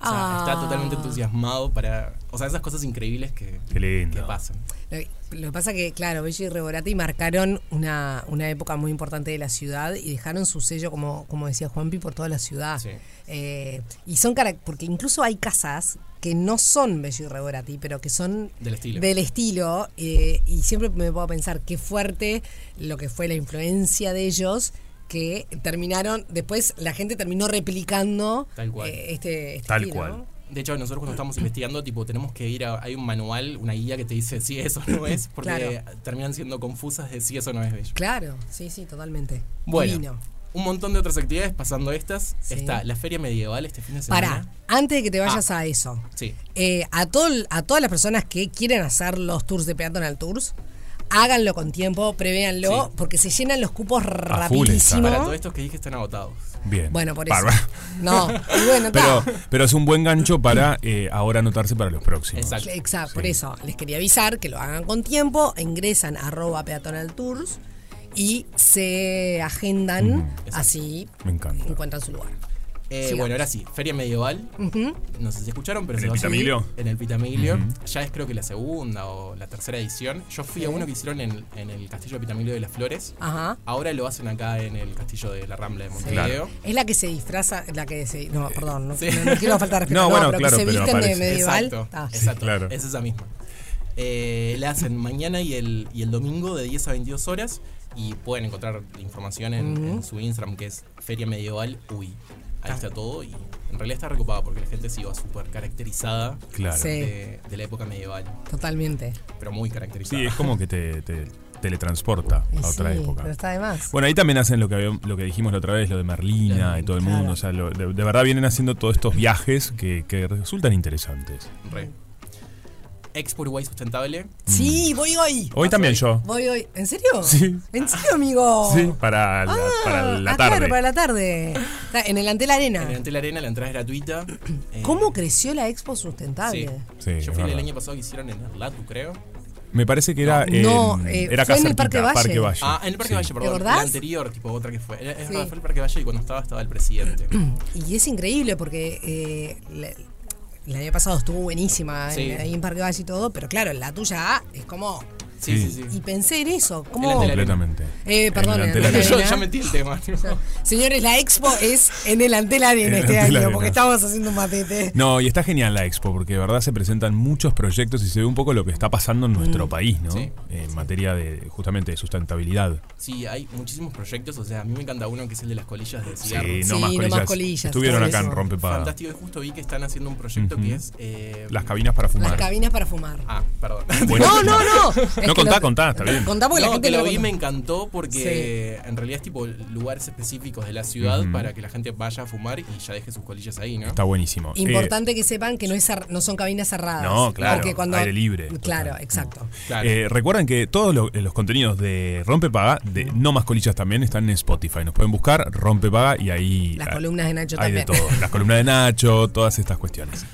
O sea, Ah. está totalmente entusiasmado para. O sea, esas cosas increíbles que, Qué lindo. que pasan. Lo, Eh, lo que pasa que, claro, Bello y Reborati marcaron una, una época muy importante de la ciudad y dejaron su sello, como, como decía Juanpi, por toda la ciudad. Eh, y son carac- porque incluso hay casas que no son Bello y Reborati, pero que son Del estilo. del estilo. eh, y siempre me puedo pensar qué fuerte lo que fue la influencia de ellos que terminaron, después la gente terminó replicando Tal cual. eh, este, este estilo, ¿no? De hecho, nosotros cuando estamos investigando, tipo, tenemos que ir a. Hay un manual, una guía que te dice si eso no es, porque terminan siendo confusas de si eso no es bello. Claro, sí, sí, totalmente. Bueno, Divino. un montón de otras actividades pasando estas. Sí. Está la Feria Medieval este fin de semana. Para, antes de que te vayas Ah. a eso, Sí. eh, a, todo, el- a todas las personas que quieren hacer los tours de Peatonal Tours, háganlo con tiempo, prevéanlo, porque se llenan los cupos A full está. rapidísimo. Para todos estos que dije están agotados. Bien. Bueno, por eso. Bárbaro. No, y bueno, Pero, está. pero es un buen gancho para eh, ahora anotarse para los próximos. Exacto, por eso les quería avisar que lo hagan con tiempo, ingresan a arroba peatonal tours y se agendan, Mm, así Me encanta. encuentran su lugar. Eh, Sigamos. bueno, ahora sí, Feria Medieval. Ujú. No sé si escucharon, pero ¿En se el va a seguir Pitamilio? En el Pitamilio. Ujú. Ya es creo que la segunda o la tercera edición. Yo fui a uno que hicieron en, en el Castillo de Pitamilio de las Flores. Ajá. Ahora lo hacen acá en el Castillo de la Rambla de Montevideo. Claro. Es la que se disfraza, la que se. No, perdón, no, no- no quiero faltar de respeto. Eh, No, no, bueno, pero claro, que se pero visten de aparece. medieval. Exacto, Ah. exacto. Es esa misma. Eh, la hacen mañana y el, y el domingo de 10 a 22 horas y pueden encontrar información en, Ujú. en su Instagram que es Feria Medieval UI. Ahí está todo y en realidad está recopada porque la gente sí va súper caracterizada Claro. Sí. de, de la época medieval, Totalmente. pero muy caracterizada. Sí, es como que te, te teletransporta Y a otra sí, época. Pero está de más. Bueno, ahí también hacen lo que, habíamos- lo que dijimos la otra vez, lo de Merlina y todo el mundo. O sea, lo- de, de verdad vienen haciendo todos estos viajes que, que resultan interesantes. Re. Expo Uruguay Sustentable. Mm. Sí, voy hoy. Hoy también yo. Voy hoy. ¿En serio? Sí. ¿En serio, amigo? Sí, para la, para la Oh. ah, tarde. claro, para la tarde. Está en el Antel Arena. Delante de la arena, la entrada es gratuita. Eh, Ah. ¿Cómo Ah, creció la Expo Sí. Sustentable? Yo Sí, es fui el verdad. año pasado que hicieron en Erlatu, creo. Me parece que era. No, en- eh, era fue en el Casertita, Parque Valle. Ah, en el Parque Sí. Valle, perdón. ¿Te acordás? La anterior, tipo otra que fue. Era- Es Sí. verdad, fue el Parque Valle y cuando estaba, estaba el presidente. Y es increíble porque eh, la- el año pasado estuvo buenísima en- Sí. ahí en Parque Valle y todo, pero claro, la tuya ah, es como. Sí, sí, sí. Y pensé en eso. ¿Cómo? Delante de la arena. Completamente. Eh, perdón, Delante de la en el arena. Antel Yo Arena. ya metí el tema. tipo. Ah. Señores, la Expo es en el Antel Arena En este Antel año, Arena. porque estamos haciendo un matete. No, y está genial la expo, porque de verdad se presentan muchos proyectos y se ve un poco lo que está pasando en nuestro Mm. país, ¿no? Sí. En materia de justamente de sustentabilidad. Sí, hay muchísimos proyectos. O sea, a mí me encanta uno que es el de las colillas de Sí, cigarro. no más Sí, no colillas. más colillas, Estuvieron todo acá en eso. Rompepaga. Fantástico. Y justo vi que están haciendo un proyecto Ujú. que es. eh, Las cabinas para fumar. Las cabinas para fumar. Ah, perdón. Bueno. No, no, no. Es No que contá, lo- contá, está bien. Contá porque la No, gente que no lo lo vi conoce. me encantó porque en realidad es tipo lugares específicos de la ciudad Ujú. para que la gente vaya a fumar y ya deje sus colillas ahí, ¿no? Está buenísimo. Importante que sepan que no, es cer- no son cabinas cerradas. Eh, No, claro, Porque cuando, aire libre, Claro, exacto. Eh, recuerden que todos lo- los contenidos de Rompepaga, de No Más Colillas también, están en Spotify. Nos pueden buscar Rompepaga y ahí. ah, Las columnas de Nacho hay de también. todo. Las columnas de Nacho, todas estas cuestiones.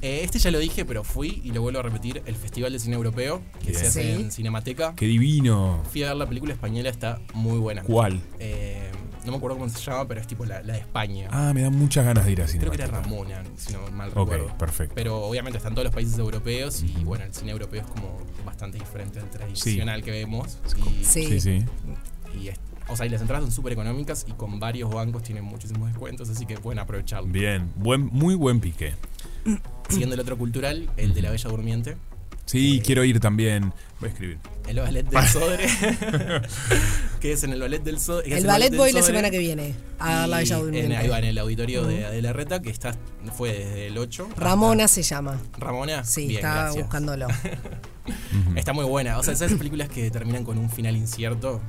Eh, este ya lo dije, pero fui y lo vuelvo a repetir, el Festival de Cine Europeo, que Bien. se hace Sí. en Cinemateca. Qué divino. Fui a ver la película española, está muy buena. ¿Cuál? Eh, no me acuerdo cómo se llama, pero es tipo la, la de España. Ah, me dan muchas ganas de ir a Creo que era Cinemateca. Ramona, si no mal Ok, recuerdo. perfecto. Pero obviamente están todos los países europeos y bueno, el cine europeo es como bastante diferente al tradicional que vemos. Y, Sí, sí. y es- o sea, y las entradas son súper económicas y con varios bancos tienen muchísimos descuentos, así que pueden aprovecharlo. Bien, buen, muy buen pique. Siguiendo el otro cultural, el de la Bella Durmiente. Sí, quiero ir también. Voy a escribir. El ballet del Sodre. que es en el ballet del Sodre. que es El ballet del voy la Sodre. semana que viene a la Y Bella Durmiente. En, ahí va, en el auditorio de Adela Reta, que está, fue desde el 8. hasta- Ramona se llama. Ramona. Sí, Bien, estaba gracias. buscándolo. Está muy buena. O sea, esas películas que terminan con un final incierto.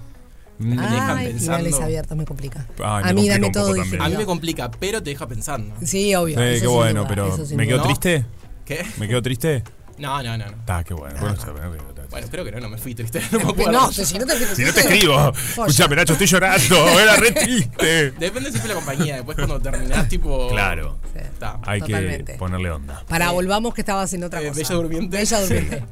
que te dejan Ay, pensando. finales abiertos me complica. Mm. Ay, me a mí complica dame un poco todo, también. dije. A mí me complica, pero te deja pensando. Sí, obvio. Eh, eso qué sin bueno, duda, pero. eso sin ¿Me quedo duda. triste? ¿Qué? ¿Me quedo triste? No, no, no. no. Está, qué bueno. Bueno, está bien, está bien. Bueno, creo que no, no me fui triste. No, me No, acuerdo. no, si no te- Si no te escribo, escúchame, Nacho, estoy llorando, era re triste. Depende siempre de la compañía. Después, cuando terminás, tipo. Claro. Está. Hay Totalmente. que ponerle onda. Para, volvamos que estabas en otra cosa. Eh, Bella Durmiente. Bella Durmiente.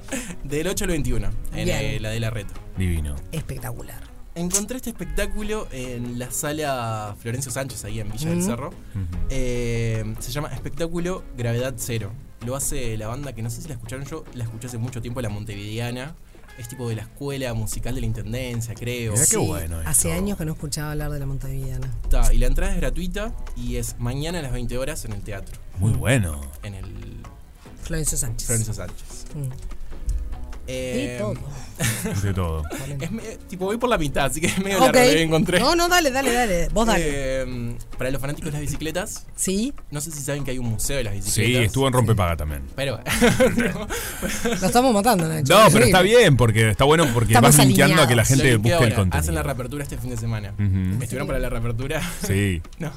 Del 8 al 21, en Bien. eh, la de la Reta. Divino. Espectacular. Encontré este espectáculo en la sala Florencio Sánchez, ahí en Villa del Mm. Cerro. Eh, se llama Espectáculo Gravedad Cero. Lo hace la banda que no sé si la escucharon yo, la escuché hace mucho tiempo, la Montevideana. Es tipo de la escuela musical de la Intendencia, creo. Sí, Hace años que no escuchaba hablar de la Montevideana. Está, y la entrada es gratuita y es mañana a las 20 horas en el teatro. Muy bueno. En el Florencio Sánchez. Florencio Sánchez. Mm. Eh, De todo. De todo. es me- tipo, voy por la mitad, así que es medio Ok. la encontré. Em, No, no, dale, dale, dale. Vos dale. para los fanáticos de las bicicletas. Sí. No sé si saben que hay un museo de las Sí, bicicletas. estuvo en Rompepaga también. Pero. Lo estamos matando, Nacho. No, pero Sí. está bien, porque está bueno porque Estamos vas linkeando a alineados. que la gente Lo busque que el ahora, contenido. Hacen la reapertura este fin de semana. Ujú. ¿Estuvieron para la reapertura? Sí. no.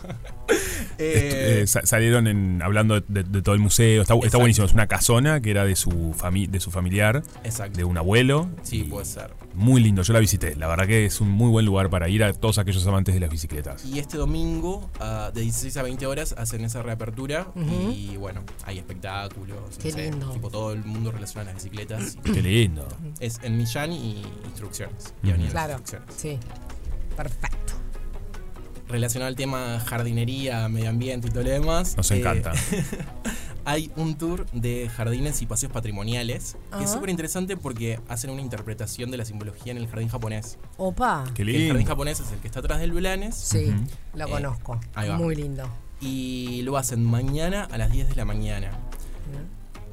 Eh, sa- salieron en- hablando de, de todo el museo. Está, bu- está buenísimo. Es una casona que era de su, fami- de su familiar, Exacto. de un abuelo. Sí, puede ser. Muy lindo. Yo la visité. La verdad que es un muy buen lugar para ir a todos aquellos amantes de las bicicletas. Y este domingo, ah, de 16 a 20 horas, hacen esa reapertura. Ujú. Y bueno, hay espectáculos. Qué lindo. Tipo, todo el mundo relaciona las bicicletas. Qué lindo. Es en Millán y instrucciones. Y Ujú. Avenida de las Claro. Instrucciones. Sí. Perfecto. Relacionado al tema jardinería, medio ambiente y todo lo demás. eh, Nos encanta. Hay un tour de jardines y paseos patrimoniales que es Ajá. súper interesante porque hacen una interpretación de la simbología en el jardín japonés. Opa. Que El jardín japonés es el que está atrás del Blanes. Sí, lo conozco. Eh, ahí va. Muy lindo. Y lo hacen mañana a las 10 de la mañana.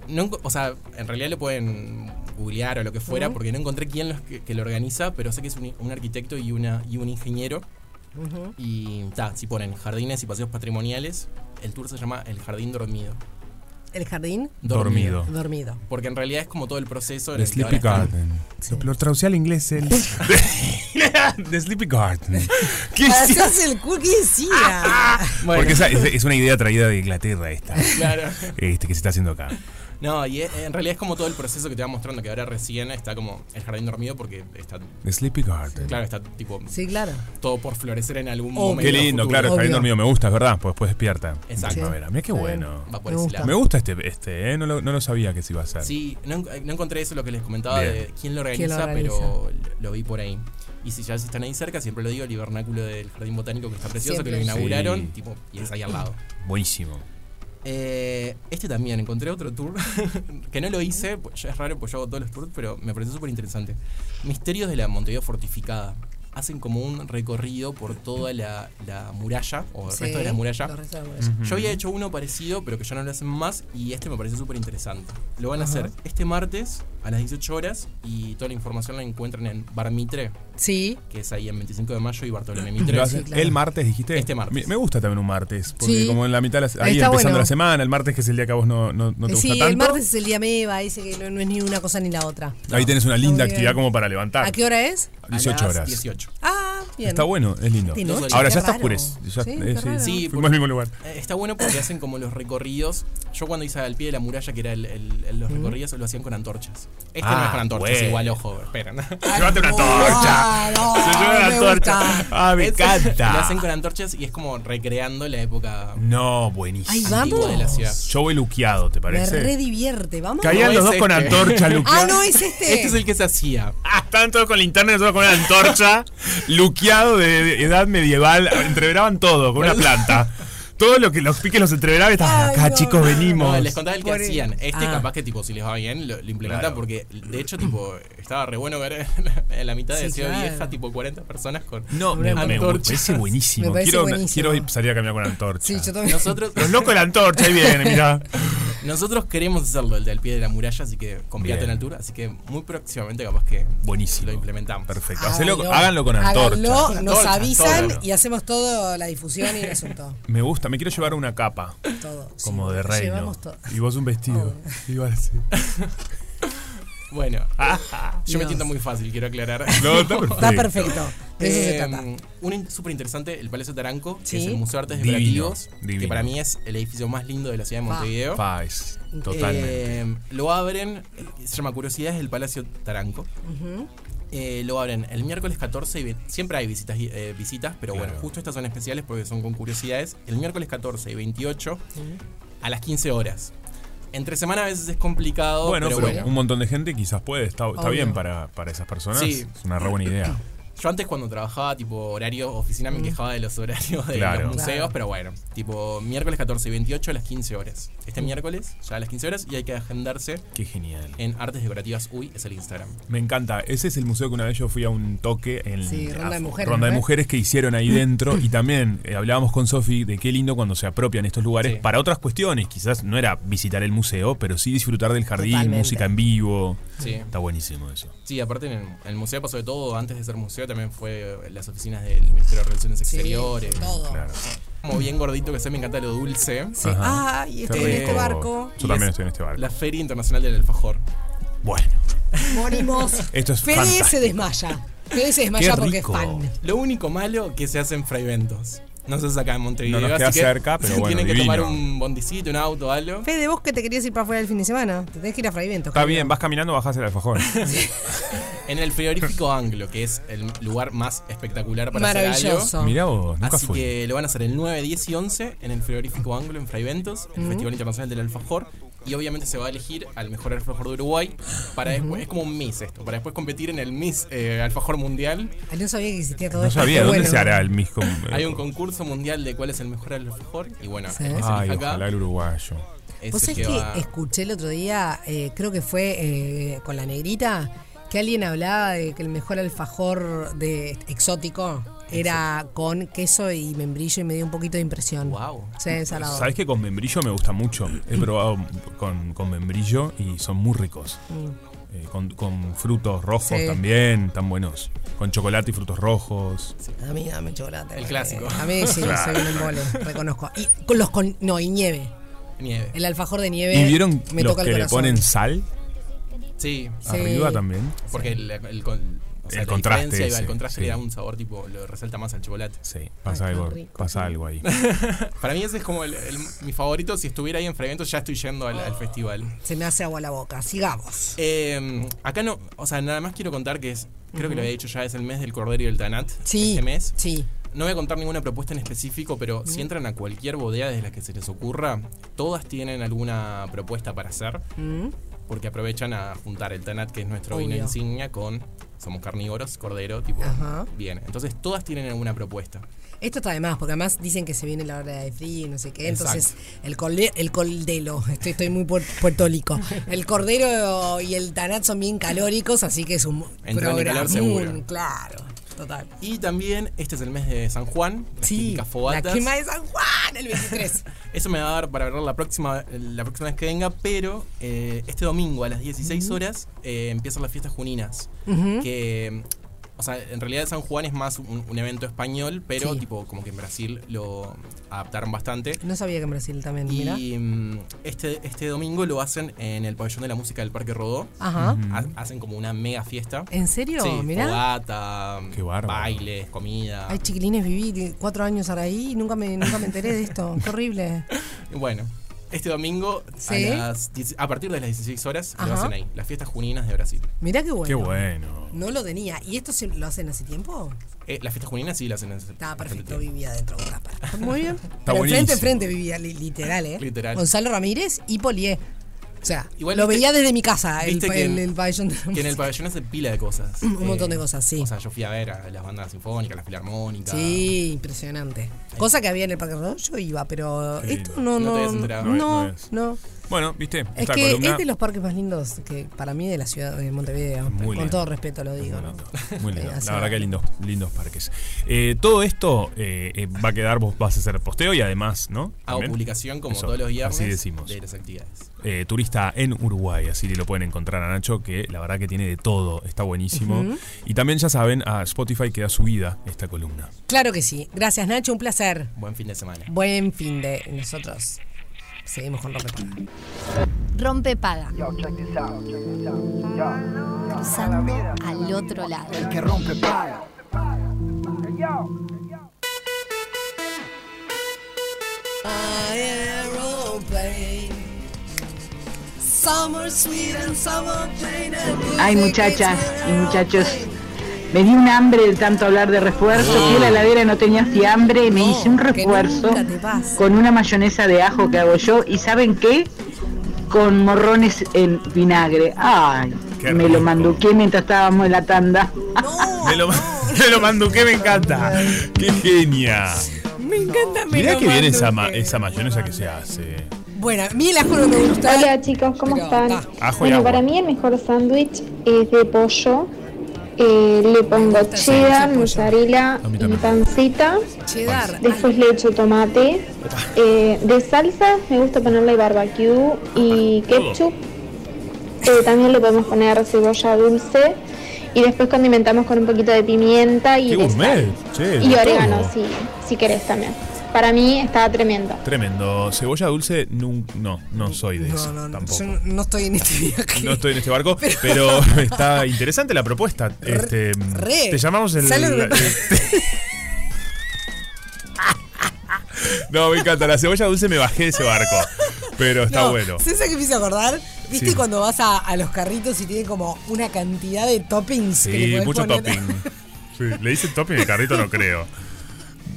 No, enco- o sea, en realidad lo pueden googlear o lo que fuera, Ujú. porque no encontré quién los que, que lo organiza, pero sé que es un, un arquitecto y, una, y un ingeniero. Ujú. Y ta, si ponen jardines y paseos patrimoniales, el tour se llama El Jardín Dormido. El jardín. Dormido. Dormido. Porque en realidad es como todo el proceso. en The el que Sleepy ahora están- Garden. Lo, lo traducí al inglés. El... The Sleepy Garden. ¿Qué Hacés el cu- ¿Qué Ah, decía? Porque esa- es, es una idea traída de Inglaterra esta. Claro. Este que se está haciendo acá. No, y e- en realidad es como todo el proceso que te va mostrando, que ahora recién está como el jardín dormido porque está. The Sleepy Garden. Claro, está tipo. Sí, claro. Todo por florecer en algún Obvio. momento. Qué lindo, futuro. claro, está bien dormido, me gusta, es verdad, pues después despierta. Exacto. Exacto. Primavera. Mira qué Está bueno. bien. Va por Me ese gusta. lado. Me gusta este, este ¿eh? no, lo, no lo sabía que se iba a hacer. Sí, no, en- no encontré eso lo que les comentaba Bien. de quién lo organiza, ¿Quién lo organiza? pero lo- lo vi por ahí. Y si ya se están ahí cerca, siempre lo digo, el hibernáculo del Jardín Botánico que está precioso, que lo Siempre. inauguraron, Sí. tipo, y es ahí al lado. Buenísimo. Eh, este también, encontré otro tour que no lo hice, pues ya es raro, pues yo hago todos los tours, pero me pareció súper interesante. Misterios de la Montevideo Fortificada. Hacen como un recorrido por toda la, la muralla, o el Sí, resto de la muralla. los restos de la muralla. Yo había hecho uno parecido, pero que ya no lo hacen más, y este me pareció súper interesante. Lo van a Ajá. hacer este martes a las 18 horas, y toda la información la encuentran en Bar Mitre. Sí. Que es ahí en 25 de mayo y Bartolomé Mitre. Lo hace- El martes dijiste. Este martes. Me gusta también un martes, porque Sí. como en la mitad, de la, se- ahí Está empezando bueno. la semana, el martes que es el día que a vos no, no, no te gusta Eh, sí, tanto. el martes es el día meba, dice que no, no es ni una cosa ni la otra. Ahí tenés una Está linda muy actividad bien. como para levantar. ¿A qué hora es? 18 A las horas. 18. Ah, bien. Está bueno, es lindo. De noche, Ahora qué ya está raro. oscurecido. ya- Sí, eh, qué raro. Sí, fuimos al mismo lugar. Eh, Está bueno porque hacen como los recorridos. Yo cuando hice al pie de la muralla, que era el- el- el- los Mm. recorridos, lo hacían con antorchas. Este no es Ah, con antorchas, bueno. igual ojo, espera. Llévate una antorcha. Se lleva una antorcha. Ah, me encanta. Lo hacen con antorchas y es como recreando la época No, buenísimo. Ahí vamos. de la ciudad. Yo voy luqueado, ¿te Me parece? redivierte, vamos. Caían los dos con antorcha, Luca. Ah, no, es este. Este es el que se hacía. Ah, estaban todos con linterna y nosotros con una antorcha, luqueado de, de edad medieval. Entreveraban todo con una planta. Todo lo que los piques los entreveraban y estaban acá, chicos, venimos. No, les contaba el que hacían. Este Ah. capaz que tipo, si les va bien, lo, lo implementan Claro. porque de hecho, tipo, estaba re bueno ver en la mitad de Sí, Ciudad claro. Vieja, tipo 40 personas con No, me, me- me parece buenísimo. Me parece quiero, buenísimo. quiero ir- salir a caminar con antorcha. Sí, yo también. Nosotros- Los locos de la antorcha, ahí viene, mirá. Nosotros queremos hacerlo, el del pie de la muralla, así que con Bien. Pirata en altura, así que muy próximamente capaz que Buenísimo. lo implementamos. Perfecto. Hacelo- háganlo con antorcha. Háganlo, nos Antorcha, avisan todo. y hacemos toda la difusión y el asunto. Me gusta, me quiero llevar una capa. Todo. Como Sí, de reino. llevamos todo. Y vos un vestido. Igual así. Bueno, yo me Dios. tiento muy fácil, quiero aclarar. No, está perfecto. Está perfecto. De eso se Eh, trata. uno in- súper interesante, el Palacio Taranco, Sí. que es el Museo de Artes Divino, Decorativos, divino. que para mí es el edificio más lindo de la ciudad de Pa. Montevideo. Pa, es totalmente. Eh, lo abren, se llama Curiosidades del Palacio Taranco. Ujú. Eh, lo abren el miércoles 14 y ve- siempre hay visitas, eh, visitas pero bueno, Claro. justo estas son especiales porque son con curiosidades. El miércoles 14 y 28 a las 15 horas. Entre semana a veces es complicado, Bueno, pero, pero, bueno. un montón de gente quizás puede. Ah, Está, está Obvio. bien para, para esas personas. Sí. Es una re buena idea. Yo antes cuando trabajaba tipo horario oficina me Mm. quejaba de los horarios de Claro. los museos, Claro. pero bueno, tipo miércoles 14 y 28 a las 15 horas. Mm. Este miércoles ya a las 15 horas y hay que agendarse. Qué genial. En Artes Decorativas UI es el Instagram. Me encanta. Ese es el museo que una vez yo fui a un toque en Sí, Ronda de a- Mujeres, Ronda de ¿no? Mujeres que hicieron ahí dentro. Y también eh, hablábamos con Sofi de qué lindo cuando se apropian estos lugares para otras cuestiones. Quizás no era visitar el museo, pero sí disfrutar del jardín, Totalmente. música en vivo. Sí. Está buenísimo eso. Sí, aparte en el, en el museo pasó de todo. Antes de ser museo también fue en las oficinas del Ministerio de Relaciones Exteriores. todo. Claro. Como bien gordito que sea, me encanta lo dulce. Sí. Ajá. Ay, Qué estoy en este rico. barco. Yo también estoy en este barco. La Feria Internacional del Alfajor. Bueno. Morimos. Esto es Fede fantástico. se desmaya. Fede se desmaya porque es fan. Lo único malo que se hacen fraiventos. No se saca en Montevideo. No nos queda así que cerca, pero bueno, Tienen que divino. tomar un bondicito, un auto, algo. Fede, vos que te querías ir para afuera el fin de semana. Te tenés que ir a Fray Bento. Está bien, vas caminando, bajas el alfajor. En el frigorífico Anglo, que es el lugar más espectacular para hacer Maravilloso. algo. Mirá vos, nunca Así fui. que lo van a hacer el 9, 10 y 11 en el frigorífico Anglo en Fraiventos, el Mm. Ujú. Festival Internacional del Alfajor. Y obviamente se va a elegir al mejor alfajor de Uruguay. Para Ujú. después, es como un Miss esto, para después competir en el Miss eh, Alfajor Mundial. Ay, Ah, no sabía que existía todo No esto. sabía, Qué ¿dónde bueno. se hará el mismo? Hay un concurso mundial de cuál es el mejor alfajor. Y bueno, Sí. el que se Ay, elija acá ojalá el uruguayo. es ¿Vos sabés el que que va- escuché el otro día, eh, creo que fue eh, con la negrita, que alguien hablaba de que el mejor alfajor de exótico era con queso y membrillo y me dio un poquito de impresión. Wow. Sí, salado. Sabes que con membrillo me gusta mucho. He probado con, con membrillo y son muy ricos. Mm. Eh, con, con frutos rojos Sí. también, tan buenos. Con chocolate y frutos rojos. A mí dame chocolate. El porque clásico. A mí sí, Claro. soy un embole, reconozco. Y con los con no, y nieve. Nieve. El alfajor de nieve. ¿Y vieron me los toca el que le corazón. ponen sal? Sí. Sí. Arriba también. Porque el, el con- o sea, El la contraste diferencia iba ese, al contraste sí. le da un sabor tipo, lo resalta más al chocolate. Sí, pasa Ay, qué algo, rico. pasa algo ahí. Para mí ese es como el- el- mi favorito. Si estuviera ahí en Fremento ya estoy yendo al, al festival. Se me hace agua la boca. Sigamos. Eh, acá no, o sea, nada más quiero contar que es, creo que Ujú. lo había dicho ya, es el mes del Cordero y el Tanat. Sí, Este mes. Sí. No voy a contar ninguna propuesta en específico, pero Mm. si entran a cualquier bodega desde la que se les ocurra, todas tienen alguna propuesta para hacer. Mm. Porque aprovechan a juntar el Tanat, que es nuestro vino Obvio. insignia, con somos carnívoros, cordero, tipo. Ajá. Bien. Entonces todas tienen alguna propuesta. Esto está de más, porque además dicen que se viene la hora de frío y no sé qué. Exacto. Entonces, el, colde- el coldelo, estoy, estoy muy puer- puertólico. El cordero y el tanat son bien calóricos, así que es un Entran en calor programón, seguro. Claro, total. Y también este es el mes de San Juan, las típicas La fogatas. quema de San Juan, el 23. Eso me va a dar para hablar la próxima, la próxima vez que venga, pero eh, este domingo a las 16 Ujú. horas eh, empiezan las fiestas juninas. Ujú. Que, o sea, en realidad San Juan es más un, un evento español, pero tipo como que en Brasil lo adaptaron bastante. no sabía que en Brasil también, mira. Y mm, este, este domingo lo hacen en el pabellón de la música del Parque Rodó. Ajá. Ha- hacen como una mega fiesta. ¿En serio? Sí, Mirá. fogata, bailes, comida. Ay, chiquilines, viví cuatro años ahora ahí y nunca me, nunca me enteré de esto. Qué horrible. Bueno, este domingo Sí. a, las 10 a partir de las 16 horas lo Ajá. hacen ahí, las fiestas juninas de Brasil. Mirá qué bueno. Qué bueno. No lo tenía. ¿Y esto se- lo hacen hace tiempo? Eh, las fiestas juninas sí las hacen. Estaba perfecto, vivía dentro de una parte. Muy bien. Está Pero frente a buenísimo. frente vivía, li- literal, ¿eh? Literal. Gonzalo Ramírez y Polié. O sea, Igual lo viste- veía desde mi casa, el, viste pa- que el, en- el pabellón de la Que en el música. pabellón hace pila de cosas. Eh, Un montón de cosas, sí. O sea, yo fui a ver a las bandas sinfónicas, las filarmónicas. Sí, impresionante. Cosa que había en el Parque Rodó, yo iba, pero Qué esto no, lindo. No te no. habías enterado. No es, no, no es. no. Bueno, viste, Es esta que este columna. es de los parques más lindos que para mí de la ciudad de Montevideo. Muy Con lindo. todo respeto lo digo. ¿no? Muy lindo. Eh, así La verdad va. que lindos, lindos parques. Eh, todo esto eh, eh, va a quedar, vos vas a hacer posteo y además, ¿no? Hago También. publicación como Eso, todos los viernes Así decimos. de las actividades. Eh, turista en Uruguay, así lo pueden encontrar a Nacho, que la verdad que tiene de todo, está buenísimo. Ujú. Y también ya saben, a Spotify queda subida esta columna. Claro que sí. Gracias, Nacho, un placer. Buen fin de semana. Buen fin de nosotros. Seguimos con Rompe Paga. Rompe paga. Cruzando al otro lado. El que rompe paga. Ay, muchachas y muchachos, me di un hambre de tanto hablar de refuerzo. Fui a la heladera y no tenía fiambre y me hice un refuerzo con una mayonesa de ajo que hago yo. ¿Y saben qué? Con morrones en vinagre. Ay, me lo manduqué mientras estábamos en la tanda. Me lo, lo manduqué, me encanta. ¡Qué genia! Me encanta me Mirá lo que bien mando. esa, ma- esa mayonesa que se hace. Bueno, a mí la juro me gusta. Hola chicos, ¿cómo están? Ajo y Bueno, agua. para mí el mejor sándwich es de pollo. Eh, le pongo cheddar, mozzarella y pancita. Cheddar. Después le echo tomate. Eh, de salsa me gusta ponerle barbecue y ketchup. Eh, también le podemos poner cebolla dulce. Y después condimentamos con un poquito de pimienta y, ¡Qué de gourmet! sal. Che, y de orégano todo. si, si querés también. Para mí está tremendo. Tremendo. Cebolla dulce, nun- no, no soy de eso tampoco. Yo no- no estoy en este viaje. No estoy en este barco, pero está interesante la propuesta. Este, re. Te llamamos el. Sale lo que la- este. no, me encanta. La cebolla dulce me bajé de ese barco. Pero está No, bueno. ¿Sabes a qué me hizo acordar? ¿Viste Sí. cuando vas a, a los carritos y tienen como una cantidad de toppings? que le Sí, podés mucho poner? topping. Sí, le dicen topping el carrito, no creo.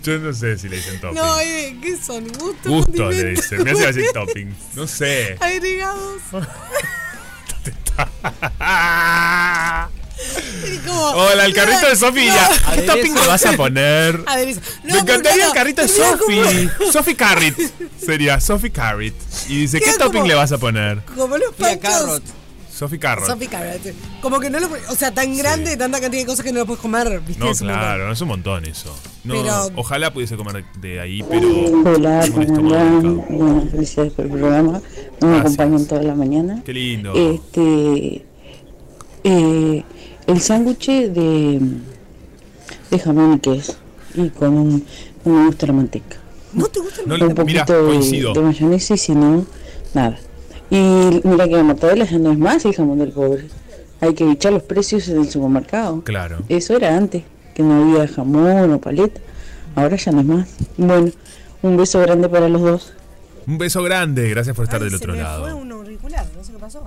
Yo no sé si le dicen topping. No, eh, ¿qué son? Gusto. Gusto le condimento, dicen. Me hace decir güey. topping. No sé. Agregados. Y como, Hola, el carrito de Sofía. ¿Qué Aderezo. topping le vas a poner? Aderezo. No, Me porque encantaría el no, carrito de termina como- Sophie. Sophie Carrot. Sería Sophie Carrot. Y dice, ¿qué Queda topping como- le vas a poner? Como los panchos. Sophie Carrot. Sophie Carrot. Como que no lo. O sea, tan grande, tanta cantidad de cosas que no lo puedes comer, ¿viste? No, Es un montón. claro, no es un montón eso. No, Pero- ojalá pudiese comer de ahí, pero. Hola, tengo un ¿cómo estómago andan? Bueno, felicidades por el programa. No me acompañan toda la mañana. Qué lindo. Este, eh, el sándwich de, de jamón y queso. Y con un. No me gusta la manteca. ¿No te gusta la Un manteca? Mirá, poquito coincido. de, de mayonesa y si no, nada. Y mira que la mortadela ya no es más el jamón del cobre. Hay que bichar los precios en el supermercado. Claro. Eso era antes, que no había jamón o paleta. Ahora ya no es más. Bueno, un beso grande para los dos. Un beso grande, gracias por estar del otro Fue lado. un auricular, no sé qué pasó.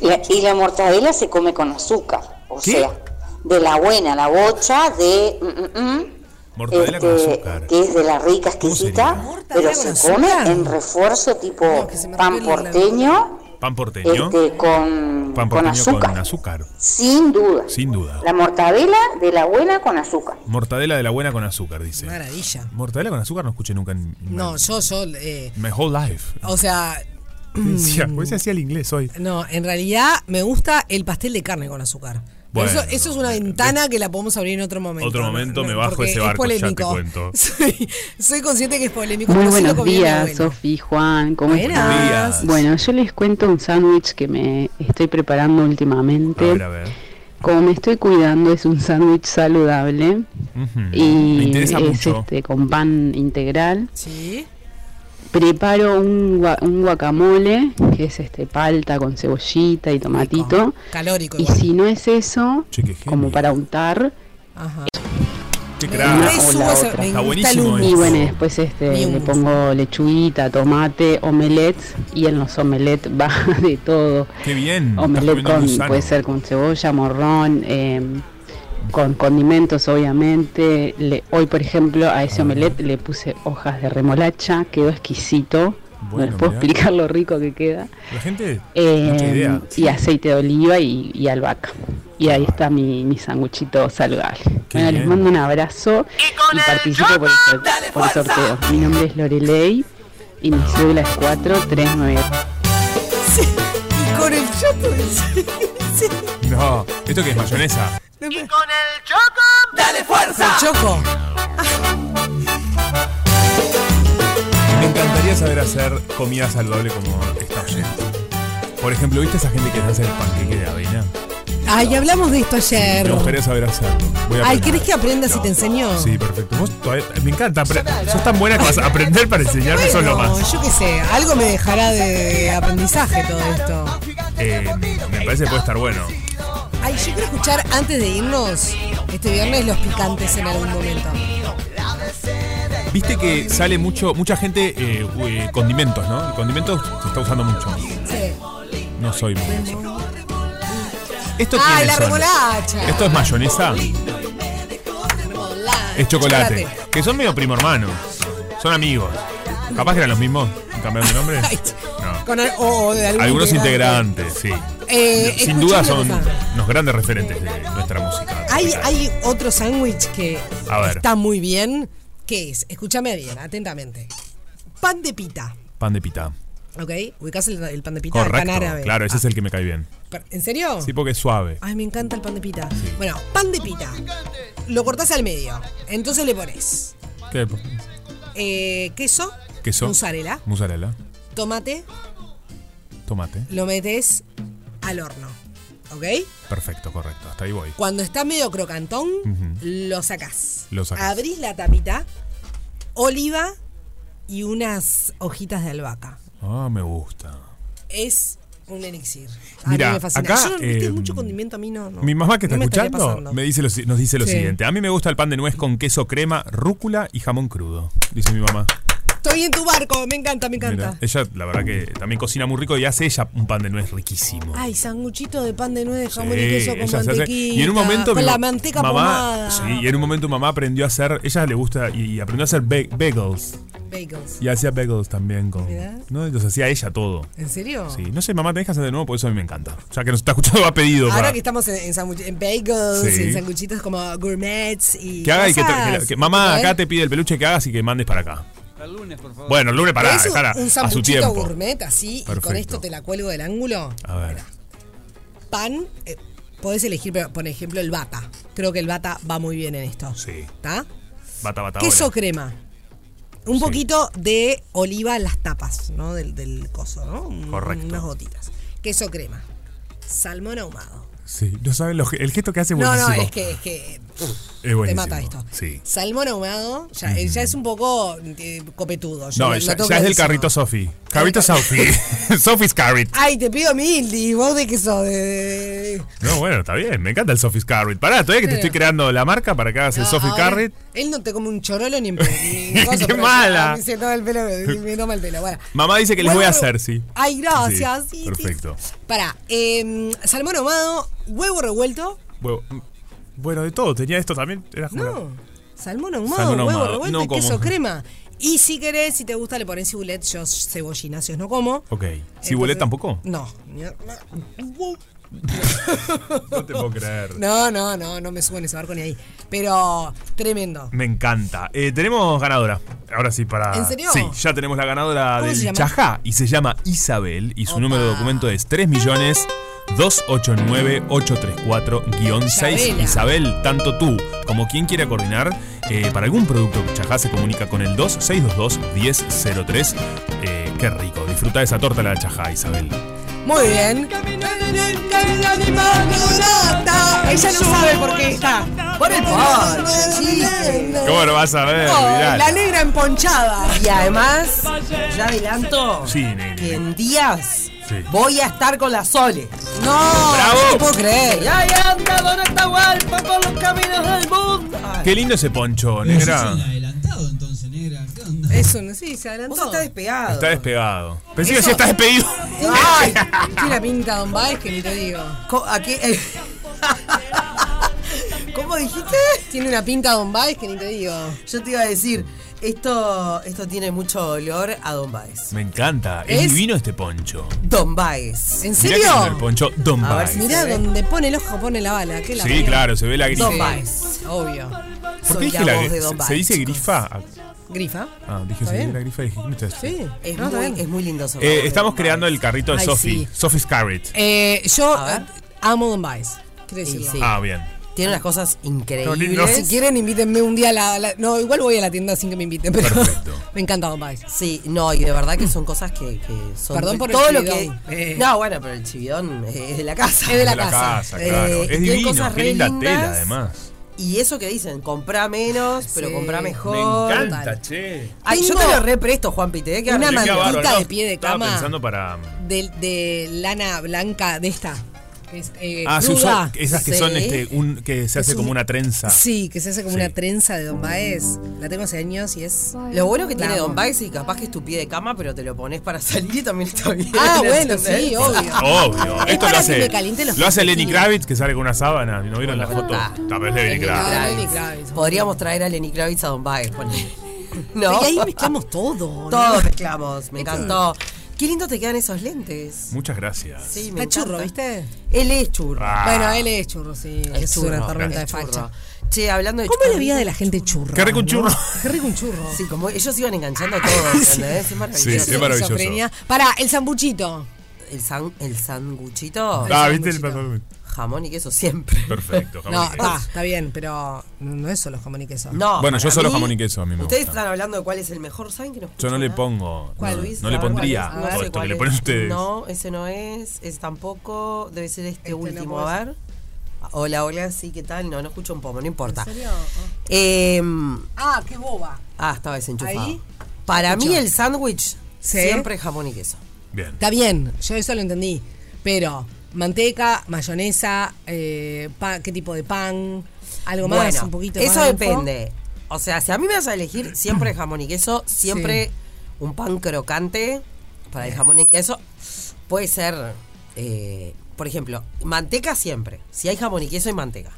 La- y la mortadela se come con azúcar, o ¿Qué? sea, de la buena, la bocha, de... mm, mm, mm, Mortadela con este, azúcar. que es de la rica exquisita, pero se con come azúcar? en refuerzo tipo me pan refiere a la- porteño, Pan porteño. Eh, este, con, con Pan porteño azúcar, con azúcar. sin duda. Sin duda. La mortadela de la buena con azúcar. Mortadela de la buena con azúcar, dice. Maravilla. Mortadela con azúcar no escuché nunca en No, yo, yo. eh, my whole life. o sea, Mm. Decía, ¿por qué se hacía el inglés hoy? no, en realidad me gusta el pastel de carne con azúcar. Pero Bueno, eh, eso, eso es una ventana que la podemos abrir en otro momento. Otro No, momento no, me bajo porque ese es barco, ya te polémico. cuento. Soy, soy consciente que es polémico. Muy pero sí lo buenos comí mi días, abuela. Sofi, Juan, ¿cómo Buenos están? días. Bueno, yo les cuento un sándwich que me estoy preparando últimamente. A ver, a ver. Como me estoy cuidando, es un sándwich saludable Mm. Me y es interesa mucho. este con pan integral. Sí. Preparo un, gua- un guacamole, que es este palta con cebollita y tomatito. Calórico. Y igual. si no es eso, como para untar, Ajá. Qué una crack. o la otra. Está buenísimo Y eso. bueno, después este, le pongo lechuguita, tomate, omelet y en los omelet va de todo. Qué bien. estás Omelet comiendo con, muy sano. puede ser con cebolla, morrón, eh, con condimentos obviamente. Le- hoy, por ejemplo, a Ah, ese omelet le puse hojas de remolacha, quedó exquisito. no Bueno, les puedo mirá. explicar lo rico que queda. La gente. Eh, mucha idea. Y aceite de oliva y, y albahaca. Y ahí está mi, mi sanguchito saludable. Bueno, les bien. mando un abrazo y participo por el, sor- por el sorteo. Mi nombre es Lorelei y mi cédula es 439. Sí, y con el choto. Sí, sí. No, ¿esto qué es mayonesa? Y con el choco, dale fuerza. choco. Me encantaría saber hacer comida saludable como esta oyente. Por ejemplo, ¿viste esa gente que hace el panqueque de avena? Ay, hablamos de esto ayer. Me gustaría saber hacerlo. Voy Ay, a aprender. ¿querés que aprendas y te enseño? Sí, perfecto. Vos todavía- me encanta. apre- Sos tan buena que vas a aprender para enseñarme, sos lo Bueno, más. yo qué sé, algo me dejará de aprendizaje todo esto. Eh, me parece que puede estar bueno. Ay, yo quiero escuchar antes de irnos este viernes los picantes en algún momento. Viste que sale mucho, mucha gente, eh, eh, condimentos, ¿no? Condimentos se está usando mucho. Sí. No soy muy de eso. ¿Esto Ay, quiénes Ah, la son? remolacha. ¿Esto es mayonesa? Es chocolate. Chocolate. Que son medio primo hermano. Son amigos. Capaz que eran los mismos. ¿Cambiaron de nombre? Ay, No. Con al- o- o de algún Algunos integrante. integrantes, sí. Eh, Sin duda son escuchame una cosa. los grandes referentes de nuestra música. Hay, hay otro sándwich que A ver. está muy bien, que es, escúchame bien, atentamente, pan de pita, Pan de pita. ¿ok? ¿Ubicás el, el pan de pita? El pan Correcto. árabe. Ah. Oh. Claro, ese es el que me cae bien. Per- ¿En serio? Sí, porque es suave. Ay, me encanta el pan de pita. Bueno, pan de pita. Lo cortás al medio. Entonces le pones ¿Qué? eh, queso, Queso. mozzarella, Mozzarella. tomate, Tomate. lo metes al horno. ¿Ok? Perfecto, correcto. Hasta ahí voy. Cuando está medio crocantón, Ujú. lo sacás. Lo sacás. Abrís la tapita, oliva y unas hojitas de albahaca. Ah, me gusta. Es un elixir. A Mira, mí me fascina. acá, Yo no viste, eh, mucho condimento a mí no. no. Mi mamá que está No me estaría escuchando pasando. me dice lo si- nos dice lo Sí. siguiente. A mí me gusta el pan de nuez con queso crema, rúcula y jamón crudo, dice mi mamá. Estoy en tu barco, me encanta, me encanta. Mira, ella, la verdad que también cocina muy rico y hace ella un pan de nuez riquísimo. Ay, sanguchito de pan de nuez, de jamón Sí, y queso ella con se hace- mantequilla. y en un momento con mi la ma- manteca mamá, pomada. Sí, y en un momento mamá aprendió a hacer, ella le gusta y, y aprendió a hacer ba- bagels Bagels. y hacía bagels también con, Mirá. ¿no? Y los hacía ella todo. ¿En serio? Sí, no sé, mamá, tenés que hacer de nuevo, por eso a mí me encanta. Ya que nos está escuchando ha pedido Ahora para- que estamos en, en sanguch- en bagels Sí. y en sanguchitos como gourmets y. que haga y que, te- cosas. que la- que- mamá ¿Eh? acá te pide el peluche que hagas y que mandes para acá. Bueno, el lunes pará, ¿Tenés un- estará un a su sanguchito tiempo. gourmet así y con Perfecto. esto te la cuelgo del ángulo. A ver. Pan, eh, podés elegir, pero por ejemplo el bata. Creo que el bata va muy bien en esto. Sí. ¿Está? Bata, bata, Queso hola. crema. Un poquito de oliva en las tapas, ¿no? Del, del coso, ¿no? Un- Correcto. Unas gotitas. Queso crema. Salmón ahumado. Sí, no saben lo que- el gesto que hace es No, buenísimo. no, es que, es que Es te buenísimo. mata esto. Sí. Salmón ahumado, ya, eh, ya es un poco eh, copetudo. yo No, lo- lo ya, tengo ya es del clarísimo. carrito Sophie. Carrito Sophie. Sophie's Carrot. Ay, te pido mil, y vos de queso. De... No, bueno, está bien. Me encanta el Sophie's Carrot. Pará, todavía que te Pero- estoy creando la marca para que hagas el Sophie's Ahora, Carrot. Él no te come un chorolo ni en pe- ni en Qué pero mala. a mí se toma el pelo, me toma el pelo. Bueno. Mamá dice que les Bueno, voy a pero- hacer, sí. Ay, gracias. Sí, sí, sí. perfecto. Pará, eh, salmón ahumado, huevo revuelto. Bueno, mm, bueno, de todo. Tenía esto también. Era como una- No, Ah, salmón ahumado, Salmón huevo ahumado, revuelto no y queso como. crema. Y si querés, si te gusta, le pones cibulet. Yo cebollinazos no como. Ok. ¿Cibulet tampoco? No. No te puedo creer. No, no, no, no me subo en ese barco ni ahí. Pero tremendo. Me encanta. Eh, tenemos ganadora. Ahora sí, para. ¿En serio? Sí, ya tenemos la ganadora ¿Cómo se del llama? Chajá. Y se llama Isabel. Y su número de documento es 3 millones. 289-834-6 Isabela. Isabel, tanto tú como quien quiera coordinar eh, para algún producto que Chajá se comunica con el 2622-1003. Eh, qué rico, disfruta de esa torta la de Chajá, Isabel. Muy bien. Ella no sabe por qué está. Por el ponche, sí. ¿Cómo lo vas a ver? Oh, eh, Mirá. la negra emponchada. Y además, ya adelanto Sí, nene. que en días Sí. voy a estar con la Sole. ¡No! ¡Bravo! No te puedo creer. Y ahí anda Don Atahualpa por los caminos del mundo. Qué lindo ese poncho, negra. Eso, no sí, se adelantó. Vos estás despegado. Está despegado. Pensé que sí está despedido. Ay, tiene la pinta Don Baez que ni te digo. Aquí, eh, ¿Cómo dijiste? Tiene una pinta Don Baez que ni te digo. Yo te iba a decir, esto, esto tiene mucho olor a Don Baez. Me encanta. Es, Es- divino este poncho. Don Baez. ¿En Mirá que lindo el poncho Don Baez. Mirá, donde pone el ojo pone la bala. qué la Sí, claro, se ve la grifa. Don Baez, obvio. ¿Por qué dije la gri- se, se dice grifa? Ah, grifa? Ah, dije ¿Está se dice bien? la grifa y dije, ¿qué me estás- Sí, Es, no, está muy, bien. es muy lindo su Eh, voz. estamos creando el carrito de Ay, Sophie. sí. Sophie's Carrot. Eh, yo eh, amo Don Baez. Quiero Y decirlo. sí. Ah, bien. Tiene unas cosas increíbles. No, Si quieren, invítenme un día a la, la- No, igual voy a la tienda sin que me inviten, pero. Me encanta Don Baez. Sí, no, y de verdad que son cosas que, que son. Perdón por el todo chividón. lo que. No, bueno, pero el chividón eh, es de la casa. Es de la Eh. De la casa, claro. Eh, y es tienen divino. cosas Qué re linda lindas. tela, además. Y eso que dicen, comprá menos, pero Sí. comprá Me mejor. Tal. che. Ay, yo Tengo te lo represto, ¿eh? Juanpi, te voy a quedar una Me queda mantita bárbaro. de pie de Estaba cama. pensando para. De, de lana blanca de esta. que es, eh, Ah, se usó- cruda. esas que son Sí. este, un, que se hace un- como una trenza. Sí, que se hace como Sí. una trenza de Don Baez. La tengo hace años y es. Lo bueno que tiene La amo. Don Baez y capaz que es tu pie de cama, pero te lo pones para salir y también está bien. Ah, bueno, ¿entendés? sí, obvio. Es Obvio. Esto para lo que hace. me caliente los Lo hace Lenny calcetines. Kravitz que sale con una sábana. ¿No vieron la foto? Ah. También es Lenny Kravitz. Kravitz. Podríamos traer a Lenny Kravitz a Don Baez, ponele. ¿No? Y ahí mezclamos todo. ¿no? Todos mezclamos, me encantó. Qué lindo te quedan esos lentes. Muchas gracias. Sí, Está churro, ¿viste? Él es churro. eh. Ah. Bueno, él es churro, sí. Es Es, una churro, tormenta de es churro. facha. Che, hablando de ¿Cómo es la vida de la gente churro? Qué rico un churro. Qué rico un churro. Sí, como ellos iban enganchando a todos, ¿entendés? Es maravilloso. Sí, es maravilloso. Esquizofrenia. Pará, el sambuchito. El, san, el sanguchito. Ah, ¿viste el pantalón? Jamón y queso siempre. Perfecto, jamón No, y queso. está, está bien, pero no, no es solo jamón y queso. No, Bueno, yo para solo mí- jamón y queso a mí me Ustedes gusta. están hablando de cuál es el mejor, ¿saben que no Yo no le pongo. ¿Cuál, no, Luis? no le A ver, pondría ¿cuál es? No todo esto sé que cuál le es. ponen ustedes. No, ese no es, ese tampoco, debe ser este, último, puedo a ver. Hola, hola, sí, ¿qué tal? No, no escucho un pomo, no importa. ¿En serio? Em, Ah, qué boba. ah, estaba desenchufado. Ahí. Para Escuchó. mí el sándwich Sí. siempre jamón y queso. Bien. Está bien, yo eso lo entendí. Pero, manteca, mayonesa, eh, pa- qué tipo de pan, algo más, Bueno, un poquito Eso más de info. depende. O sea, si a mí me vas a elegir siempre jamón y queso, siempre Sí. un pan crocante para el jamón y queso. Puede ser, eh, por ejemplo, manteca siempre. Si hay jamón y queso, hay manteca.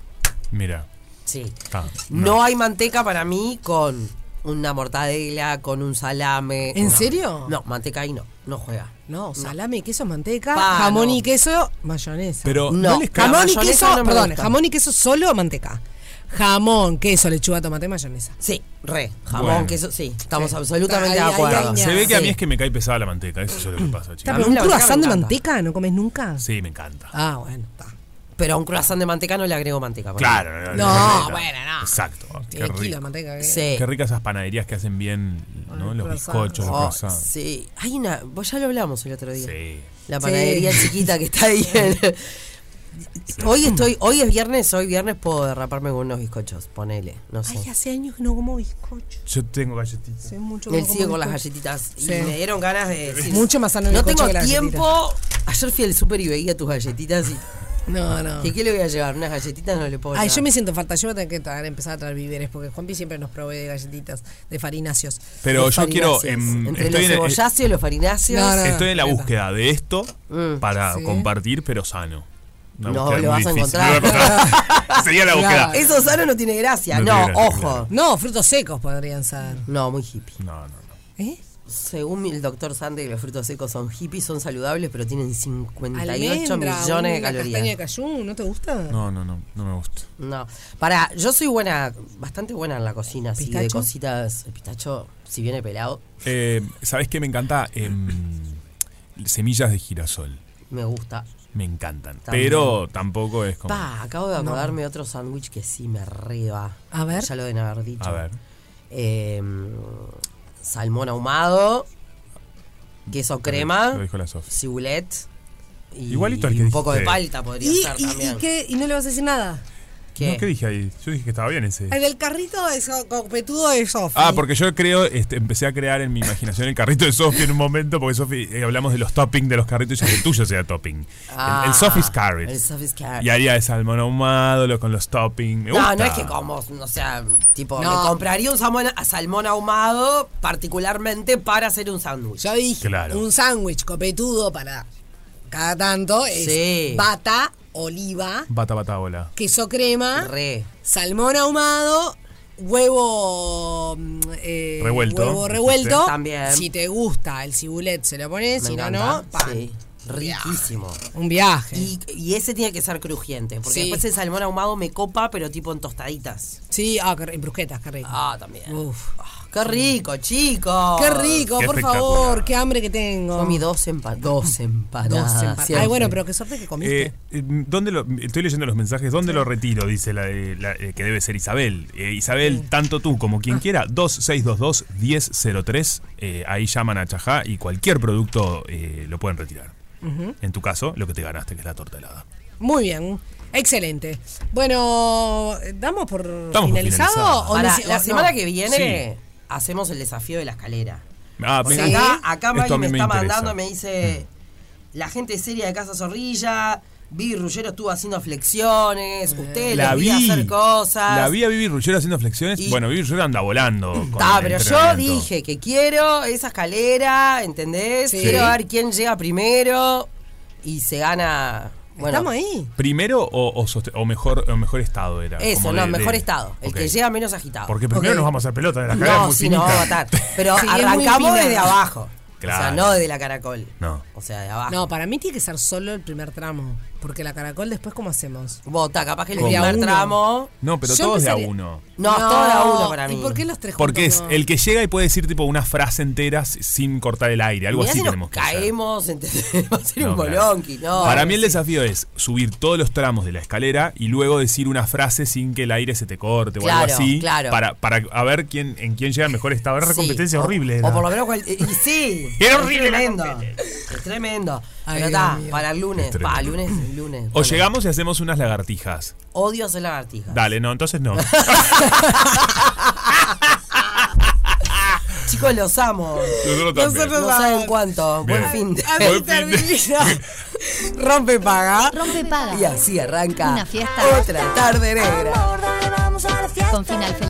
Mira. Sí. Ah, No hay manteca para mí con una mortadela, con un salame. ¿En No. serio? No, manteca ahí no, no juega. No, salame, queso, manteca, Pa, jamón no. y queso, mayonesa. Pero No, no les cae- Jamón y mayonesa queso, no me perdón, gusta. jamón y queso solo o manteca. Jamón, queso, lechuga, tomate, mayonesa. Sí, re. Jamón, Bueno. queso, sí. Estamos Sí. absolutamente Ahí, de ahí, acuerdo. ahí, Se ve que a Sí. mí es que me cae pesada la manteca. Eso es lo que pasa, Está, chicos. pero mí un la verdad que croissant me de encanta. manteca, ¿no comes nunca? Sí, me encanta. Ah, bueno, está. Pero a un croissant de manteca no le agrego manteca. por Claro. ejemplo. la- No, la manteca. bueno, no. Exacto. Qué Tiene kilo de rico. manteca. que- Sí. Qué ricas esas panaderías que hacen bien, ¿no? Los croissant. bizcochos, los Oh, croissants. sí. Hay una. Vos ya lo hablamos el otro día. Sí. La panadería chiquita que está ahí. en- hoy estoy, hoy es viernes, hoy viernes puedo derraparme con unos bizcochos, ponele, no sé. Ay, hace años que no como bizcocho. Yo tengo Oh, galletitas. Hace mucho que Él no sigue como con las bizcocho. galletitas. Sí. Y me dieron ganas de decir. Mucho más sano el Eh, No bizcocho tengo que la galletita. tiempo. Ayer fui al súper y veía tus galletitas y. No, no. ¿Y qué le voy a llevar? Unas galletitas no le puedo Ay, llevar. yo me siento falta. Yo voy a tener que traer- empezar a traer víveres porque Juanpi siempre nos provee de galletitas, de farináceos. Pero Los yo quiero. farináceos. em, Entre estoy, los en, cebolláceos y los farináceos. No, no, no. estoy en la Epa. búsqueda de esto Mm, para sí. compartir, pero sano. Una No, búsqueda lo muy vas a difícil. encontrar. No lo voy a encontrar. Sería la búsqueda. Claro. Ah, Eso sano no tiene gracia. No No, tiene gracia, ojo. claro. No, frutos secos podrían ser. No, muy hippie. No, no, no. ¿Eh? Según el doctor Sande, los frutos secos son hippies, son saludables, pero tienen 58 Almendra, millones de una castaña de calorías. cayú, ¿no te gusta? No, no, no. No me gusta. No, para, yo soy buena, bastante buena en la cocina, así de ¿Pistacho? cositas. El pistacho, si viene pelado, Eh, ¿Sabes qué me encanta? Em, semillas de girasol. me gusta. Me encantan. También. Pero tampoco es como. Pa, acabo de acordarme de otro sándwich que sí me reba. A ver. Ya lo deben haber dicho. A ver. Eh, salmón ahumado, queso crema, Lo dijo la Sofi. cibulet y, Igualito al que un poco de dijiste. palta podría ¿Y, ser y- y también. qué? ¿Y no le vas a decir nada? ¿Qué? No, ¿Qué dije ahí? Yo dije que estaba bien ese. El del carrito de so- copetudo de Sofi. Ah, porque yo creo, este, empecé a crear en mi imaginación el carrito de Sofi en un momento, porque Sofi, eh, hablamos de los toppings de los carritos y yo que el tuyo sea topping. El- el, Sofi's Carrot. Ah, El Sophie's Carrot. Y haría de salmón ahumado lo- con los toppings. Me gusta. No, no es que como, o sea, tipo, No. me compraría un salmón, salmón ahumado particularmente para hacer un sándwich. Ya dije, Claro. un sándwich copetudo para cada tanto es Sí. bata, oliva, Bata, bata, bola. queso crema, Re. salmón ahumado, huevo mm, eh, Revuelto, huevo revuelto. dijiste. También. Si te gusta el cibulet se lo pones, Me si no, encanta. no, pan. Sí. Riquísimo. Un viaje. Y, y ese tiene que ser crujiente, porque Sí. después el salmón ahumado me copa, pero tipo en tostaditas. sí, ah, qué ri- en brusquetas, qué rico. Ah, también. Uf. Ah, ¡Qué rico, chicos! Qué rico, Qué por espectacular. favor, qué hambre que tengo. Comí dos, empa- dos empanadas. Dos empanadas. siempre. Ay, bueno, pero qué suerte que comiste. Eh, eh, ¿dónde lo- estoy leyendo los mensajes. ¿Dónde lo retiro? Dice la, de- la, eh, que debe ser Isabel. Eh, Isabel, tanto tú como Ah. quien quiera, 2622-1003. Eh, ahí llaman a Chajá y cualquier producto eh, lo pueden retirar. En tu caso, lo que te ganaste, que es la torta helada. Muy bien. Excelente. Bueno, ¿damos por por finalizado? finalizado. o Pará, nece- la o semana no? que viene hacemos el desafío de la escalera. Ah, Porque mira, acá, acá esto a Mari mí me, interesa. está Mm. mandando, me dice, la gente seria de Casa Zorrilla, Vivi Rullero estuvo haciendo flexiones, ustedes La les vi vi. "Eh, hacer cosas. La vi a Vivi Ruggero haciendo flexiones. Y- Bueno, Vivi Ruggero anda volando. con Ah, el pero yo entrenamiento. dije que quiero esa escalera, ¿entendés? Sí. Quiero ver quién llega primero y se gana. Bueno, Estamos ahí. ¿Primero o, o soste- o mejor, o mejor estado era? Eso, Como no, de- mejor de- estado. El Ok. que llega menos agitado. Porque primero Ok. nos vamos a hacer pelota de la cara. No, si nos va a matar. Pero Sí, es muy arrancamos empinada. desde abajo. O sea, Claro. no de la caracol. No. O sea, de abajo. No, para mí tiene que ser solo el primer tramo. Porque la caracol después, ¿cómo hacemos? Vota, capaz que el ¿Cómo? primer tramo. No, pero Yo todos de a empezaría- uno. No, No, todo era uno para ¿y mí. por qué los tres Porque es juntos no? el que llega y puede decir tipo una frase entera s- sin cortar el aire, algo Mirá así si nos tenemos que hacer. caemos, ¿entendés? Va a ser un No, claro. bolonqui, no. Para mí el desafío es subir todos los tramos de la escalera y luego decir una frase sin que el aire se te corte o Claro, algo así. claro. Para, para a ver quién, en quién llega mejor estado. Era una Sí, competencia horrible. O era. por lo menos. cual- y- y sí. Era horrible Es tremendo. Es tremendo. Ay, Pero Dios está, mío. para el lunes. Es Para tremendo. lunes, lunes. O llegamos y hacemos unas lagartijas. Odio hacer lagartijas. Dale, no, entonces no. Chicos, los amo. Nosotros también. Nosotros no también. saben cuánto. Bien. Buen fin. de- Así Buen fin de- Rompe paga. Rompe paga. Y así arranca Una fiesta. otra tarde negra. Con final feliz.